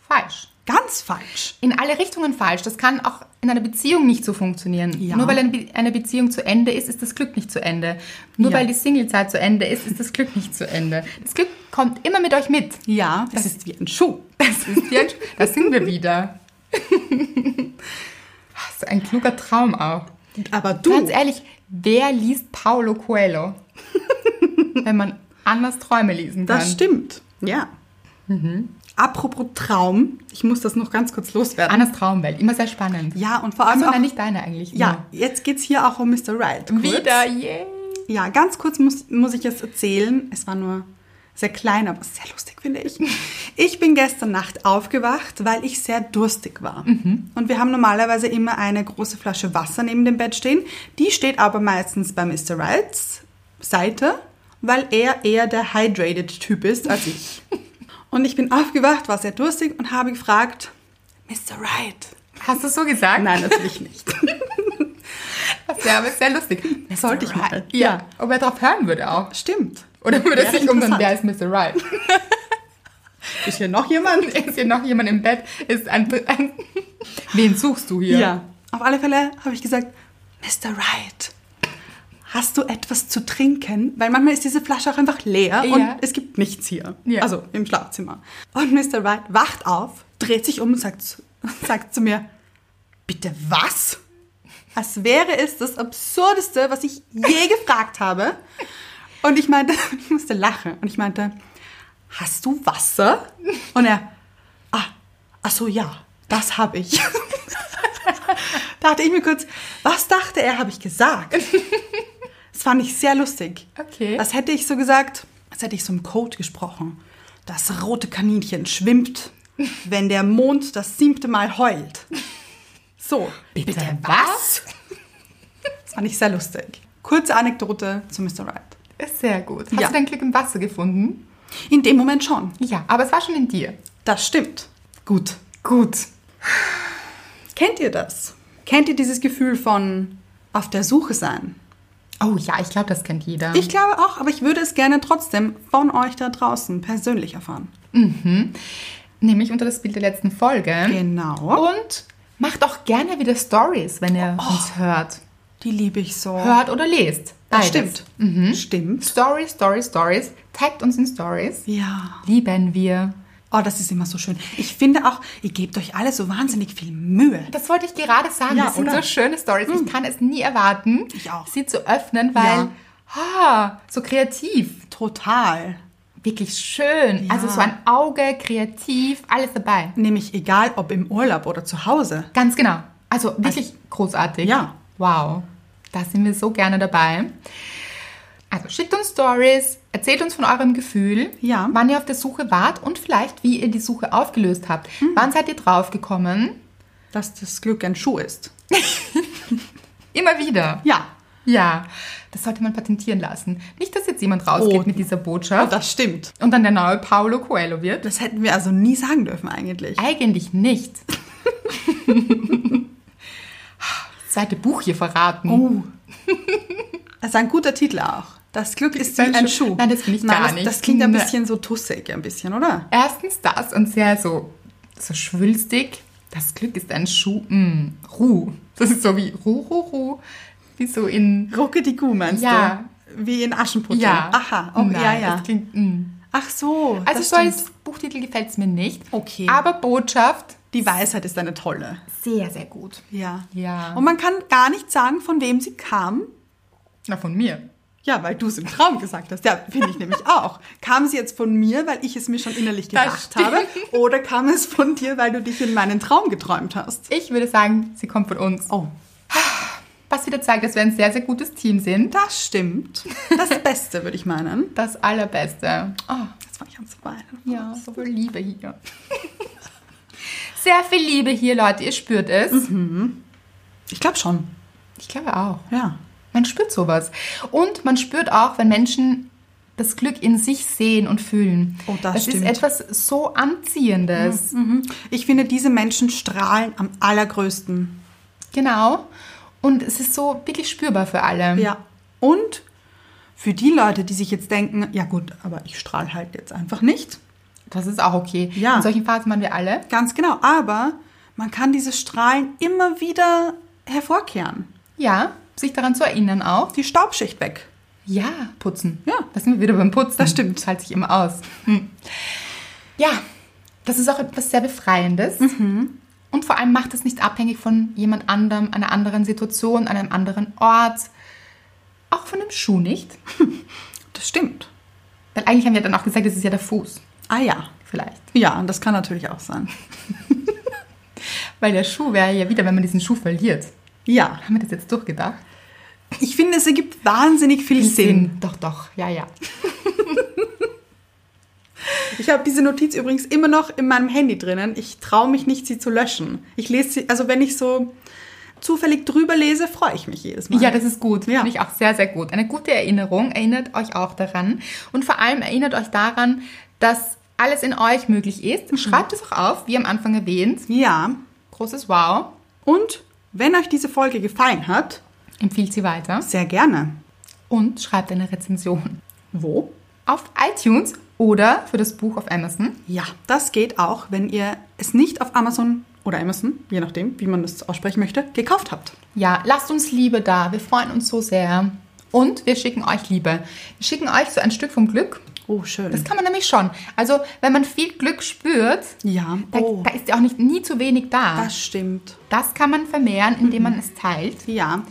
A: Falsch.
B: ganz falsch.
A: In alle Richtungen falsch. Das kann auch in einer Beziehung nicht so funktionieren.
B: Ja.
A: Nur weil eine Be- eine Beziehung zu Ende ist, ist das Glück nicht zu Ende. Nur
B: Ja.
A: weil die Singlezeit zu Ende ist, ist das Glück nicht zu Ende. Das Glück kommt immer mit euch mit.
B: Ja, das, ist wie ein Schuh.
A: Das ist ja, da sind wir wieder. Das ist ein kluger Traum auch.
B: Aber du,
A: Ganz ehrlich, wer liest Paulo Coelho? Wenn man anders Träume lesen kann.
B: das stimmt. Ja. Mhm. Apropos Traum, ich muss das noch ganz kurz loswerden.
A: Annas Traumwelt, immer sehr spannend.
B: Ja, und vor allem
A: Also,
B: auch,
A: nein, nicht deine eigentlich.
B: Ja, jetzt geht's hier auch um Mr. Right.
A: nur.
B: kurz.
A: Wieder, yay.
B: Ja, ganz kurz muss, muss ich es erzählen. Es war nur sehr klein, aber sehr lustig, finde ich. Ich bin gestern Nacht aufgewacht, weil ich sehr durstig war. Und wir haben normalerweise immer eine große Flasche Wasser neben dem Bett stehen. Die steht aber meistens bei Mr. Rights Seite, weil er eher der hydrated Typ ist als ich. Und ich bin aufgewacht, war sehr durstig und habe gefragt, Mr. Right.
A: Hast du es so gesagt?
B: Nein, natürlich nicht.
A: Das wäre aber sehr lustig.
B: Sollte ich mal.
A: Ja. Ob er drauf hören würde auch.
B: Stimmt.
A: Oder würde es
B: Wäre
A: sich umdrehen,
B: interessant.
A: wer ist Mr. Right?
B: Ist hier noch jemand?
A: Ist hier noch jemand im Bett? Ist ein, ein Wen suchst du hier?
B: Auf alle Fälle habe ich gesagt, Mr. Right, hast du etwas zu trinken? Weil manchmal ist diese Flasche auch einfach leer
A: Ja.
B: und es gibt nichts hier.
A: Ja.
B: Also im Schlafzimmer. Und Mr. Right wacht auf, dreht sich um und sagt, zu- sagt zu mir, bitte was? Als wäre es das Absurdeste, was ich je gefragt habe. Und ich meinte, ich musste lachen. Und ich meinte, hast du Wasser? Und er, ah, ach so, ja, das habe ich. dachte ich mir kurz, was dachte er, habe ich gesagt. Das fand ich sehr lustig.
A: Okay.
B: Das hätte ich so gesagt, als hätte ich so im Code gesprochen. Das rote Kaninchen schwimmt, wenn der Mond das siebte Mal heult. So,
A: Bitte
B: was? Das fand ich sehr lustig. Kurze Anekdote zu Mr. Right.
A: Ist sehr gut. Hast
B: Ja.
A: du dein Glück im Wasser gefunden?
B: In dem Moment schon.
A: Ja, aber es war schon in dir.
B: Das stimmt. Gut.
A: Gut.
B: Kennt ihr das? Kennt ihr dieses Gefühl von auf der Suche sein?
A: Oh ja, ich glaube, das kennt jeder.
B: Ich glaube auch, aber ich würde es gerne trotzdem von euch da draußen persönlich erfahren.
A: Nämlich unter das Bild der letzten Folge.
B: Genau. Oh.
A: Und macht auch gerne wieder Stories, wenn ihr uns hört.
B: Die liebe ich so.
A: Hört oder lest.
B: das
A: Beides. Mhm.
B: stimmt. Stimmt.
A: Stories, Stories, Stories. Taggt uns in Stories.
B: Ja.
A: Lieben wir.
B: Oh, das ist immer so schön. Ich finde auch, ihr gebt euch alle so wahnsinnig viel Mühe.
A: Das wollte ich gerade sagen.
B: Ja,
A: das sind
B: oder? Hm.
A: so schöne Stories. Ich kann es nie erwarten,
B: Ich auch.
A: sie zu öffnen, weil
B: Ja.
A: ha, so kreativ.
B: Total.
A: wirklich schön.
B: Ja.
A: Also so ein Auge, kreativ, alles dabei.
B: Nämlich egal, ob im Urlaub oder zu Hause.
A: Ganz genau. Also wirklich großartig.
B: Ja.
A: Wow. Da sind wir so gerne dabei. Also schickt uns Stories, erzählt uns von eurem Gefühl,
B: Ja.
A: wann ihr auf der Suche wart und vielleicht, wie ihr die Suche aufgelöst habt.
B: Hm.
A: Wann seid ihr draufgekommen?
B: Dass das Glück ein Schuh ist.
A: Immer wieder.
B: Ja,
A: Ja, das sollte man patentieren lassen. Nicht, dass jetzt jemand rausgeht
B: Oh.
A: mit dieser Botschaft
B: das stimmt.
A: und dann der neue Paulo Coelho wird.
B: Das hätten wir also nie sagen dürfen eigentlich.
A: Eigentlich nicht. Das Zweite Buch hier verraten.
B: Oh. Also ein guter Titel auch. Das Glück ist wie
A: Ein
B: ein
A: Schuh.
B: Schuh.
A: Nein, das finde ich gar
B: das,
A: nicht.
B: Das klingt ein
A: Ne.
B: bisschen so tussig, ein bisschen, oder?
A: Erstens das und sehr so, so schwülstig. Das Glück ist ein Schuh. Mm, Ruh. Das ist so wie Ruh, Ruh, Ruh. Wie so in.
B: Rucke die Kuh, meinst
A: Ja.
B: du? Wie in Aschenputtel.
A: Ja.
B: Aha, oh,
A: Nein,
B: ja, ja.
A: Das klingt, mm.
B: Ach so.
A: Also,
B: das
A: so
B: stimmt.
A: als Buchtitel gefällt es mir nicht.
B: Okay.
A: Aber Botschaft
B: Die Weisheit ist eine tolle.
A: sehr, sehr gut.
B: Ja.
A: Ja.
B: Und man kann gar nicht sagen, von wem sie kam.
A: Na, von mir.
B: Ja, weil du es im Traum gesagt hast. Ja, finde ich nämlich auch. Kam sie jetzt von mir, weil ich es mir schon innerlich
A: Das
B: gedacht
A: stimmt.
B: habe? Oder kam es von dir, weil du dich in meinen Traum geträumt hast?
A: Ich würde sagen, sie kommt von uns.
B: Oh,
A: Was wieder zeigt, dass wir ein sehr, sehr gutes Team sind.
B: das stimmt. Das Beste, würde ich meinen.
A: Das Allerbeste. Oh,
B: Jetzt fange ich an zu weinen.
A: ja, so viel Liebe hier. Sehr viel Liebe hier, Leute. Ihr spürt es.
B: Ich glaube schon.
A: Ich glaube auch.
B: Ja.
A: Man spürt sowas. Und man spürt auch, wenn Menschen das Glück in sich sehen und fühlen.
B: Oh, das
A: ist
B: stimmt.
A: etwas so Anziehendes.
B: Mhm. Ich finde, diese Menschen strahlen am allergrößten.
A: Mhm. Genau. Und es ist so wirklich spürbar für alle.
B: Ja. Und für die Leute, die sich jetzt denken, ja gut, aber ich strahle halt jetzt einfach nicht.
A: Das ist auch okay.
B: Ja.
A: In solchen Phasen waren wir alle.
B: Ganz genau. Aber man kann dieses Strahlen immer wieder hervorkehren.
A: Ja, sich daran zu erinnern auch.
B: Die Staubschicht weg.
A: Ja, putzen.
B: Ja.
A: Da sind wir wieder beim Putzen.
B: Das stimmt.
A: Das halte ich immer aus. Hm. Ja, das ist auch etwas sehr Befreiendes. Und vor allem macht es nicht abhängig von jemand anderem, einer anderen Situation, einem anderen Ort. Auch von dem Schuh nicht.
B: Das stimmt.
A: Weil eigentlich haben wir dann auch gesagt, es ist ja der Fuß.
B: Ah ja.
A: Vielleicht.
B: Ja, und das kann natürlich auch sein.
A: Weil der Schuh wäre ja wieder, wenn man diesen Schuh verliert.
B: Ja.
A: Haben wir das jetzt durchgedacht?
B: Ich finde, es ergibt wahnsinnig viel Sinn.
A: Doch, doch. Ja, ja.
B: Ich habe diese Notiz übrigens immer noch in meinem Handy drinnen. Ich traue mich nicht, sie zu löschen. Ich lese sie, also wenn ich so zufällig drüber lese, freue ich mich jedes Mal.
A: Ja, das ist gut.
B: Ja.
A: Finde ich auch sehr, sehr gut. Eine gute Erinnerung. Erinnert euch auch daran. Und vor allem erinnert euch daran, dass alles in euch möglich ist.
B: Mhm.
A: Schreibt es auch auf, wie am Anfang erwähnt.
B: ja.
A: Großes Wow.
B: Und wenn euch diese Folge gefallen hat,
A: Empfiehlt sie weiter.
B: sehr gerne.
A: Und schreibt eine Rezension.
B: Wo?
A: Auf iTunes oder für das Buch auf Amazon.
B: Ja, das geht auch, wenn ihr es nicht auf Amazon oder Amazon, je nachdem, wie man das aussprechen möchte, gekauft habt.
A: Ja, lasst uns Liebe da. Wir freuen uns so sehr. Und wir schicken euch Liebe. Wir schicken euch so ein Stück vom Glück.
B: Oh, schön.
A: Das kann man nämlich schon. Also, wenn man viel Glück spürt,
B: ja,
A: da,
B: oh,
A: da ist ja auch nicht, nie zu wenig da.
B: das stimmt.
A: Das kann man vermehren, indem man es teilt.
B: Ja,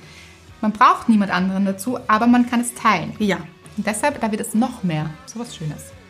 A: Man braucht niemand anderen dazu, aber man kann es teilen.
B: ja.
A: Und deshalb, da wird es noch mehr. So was Schönes.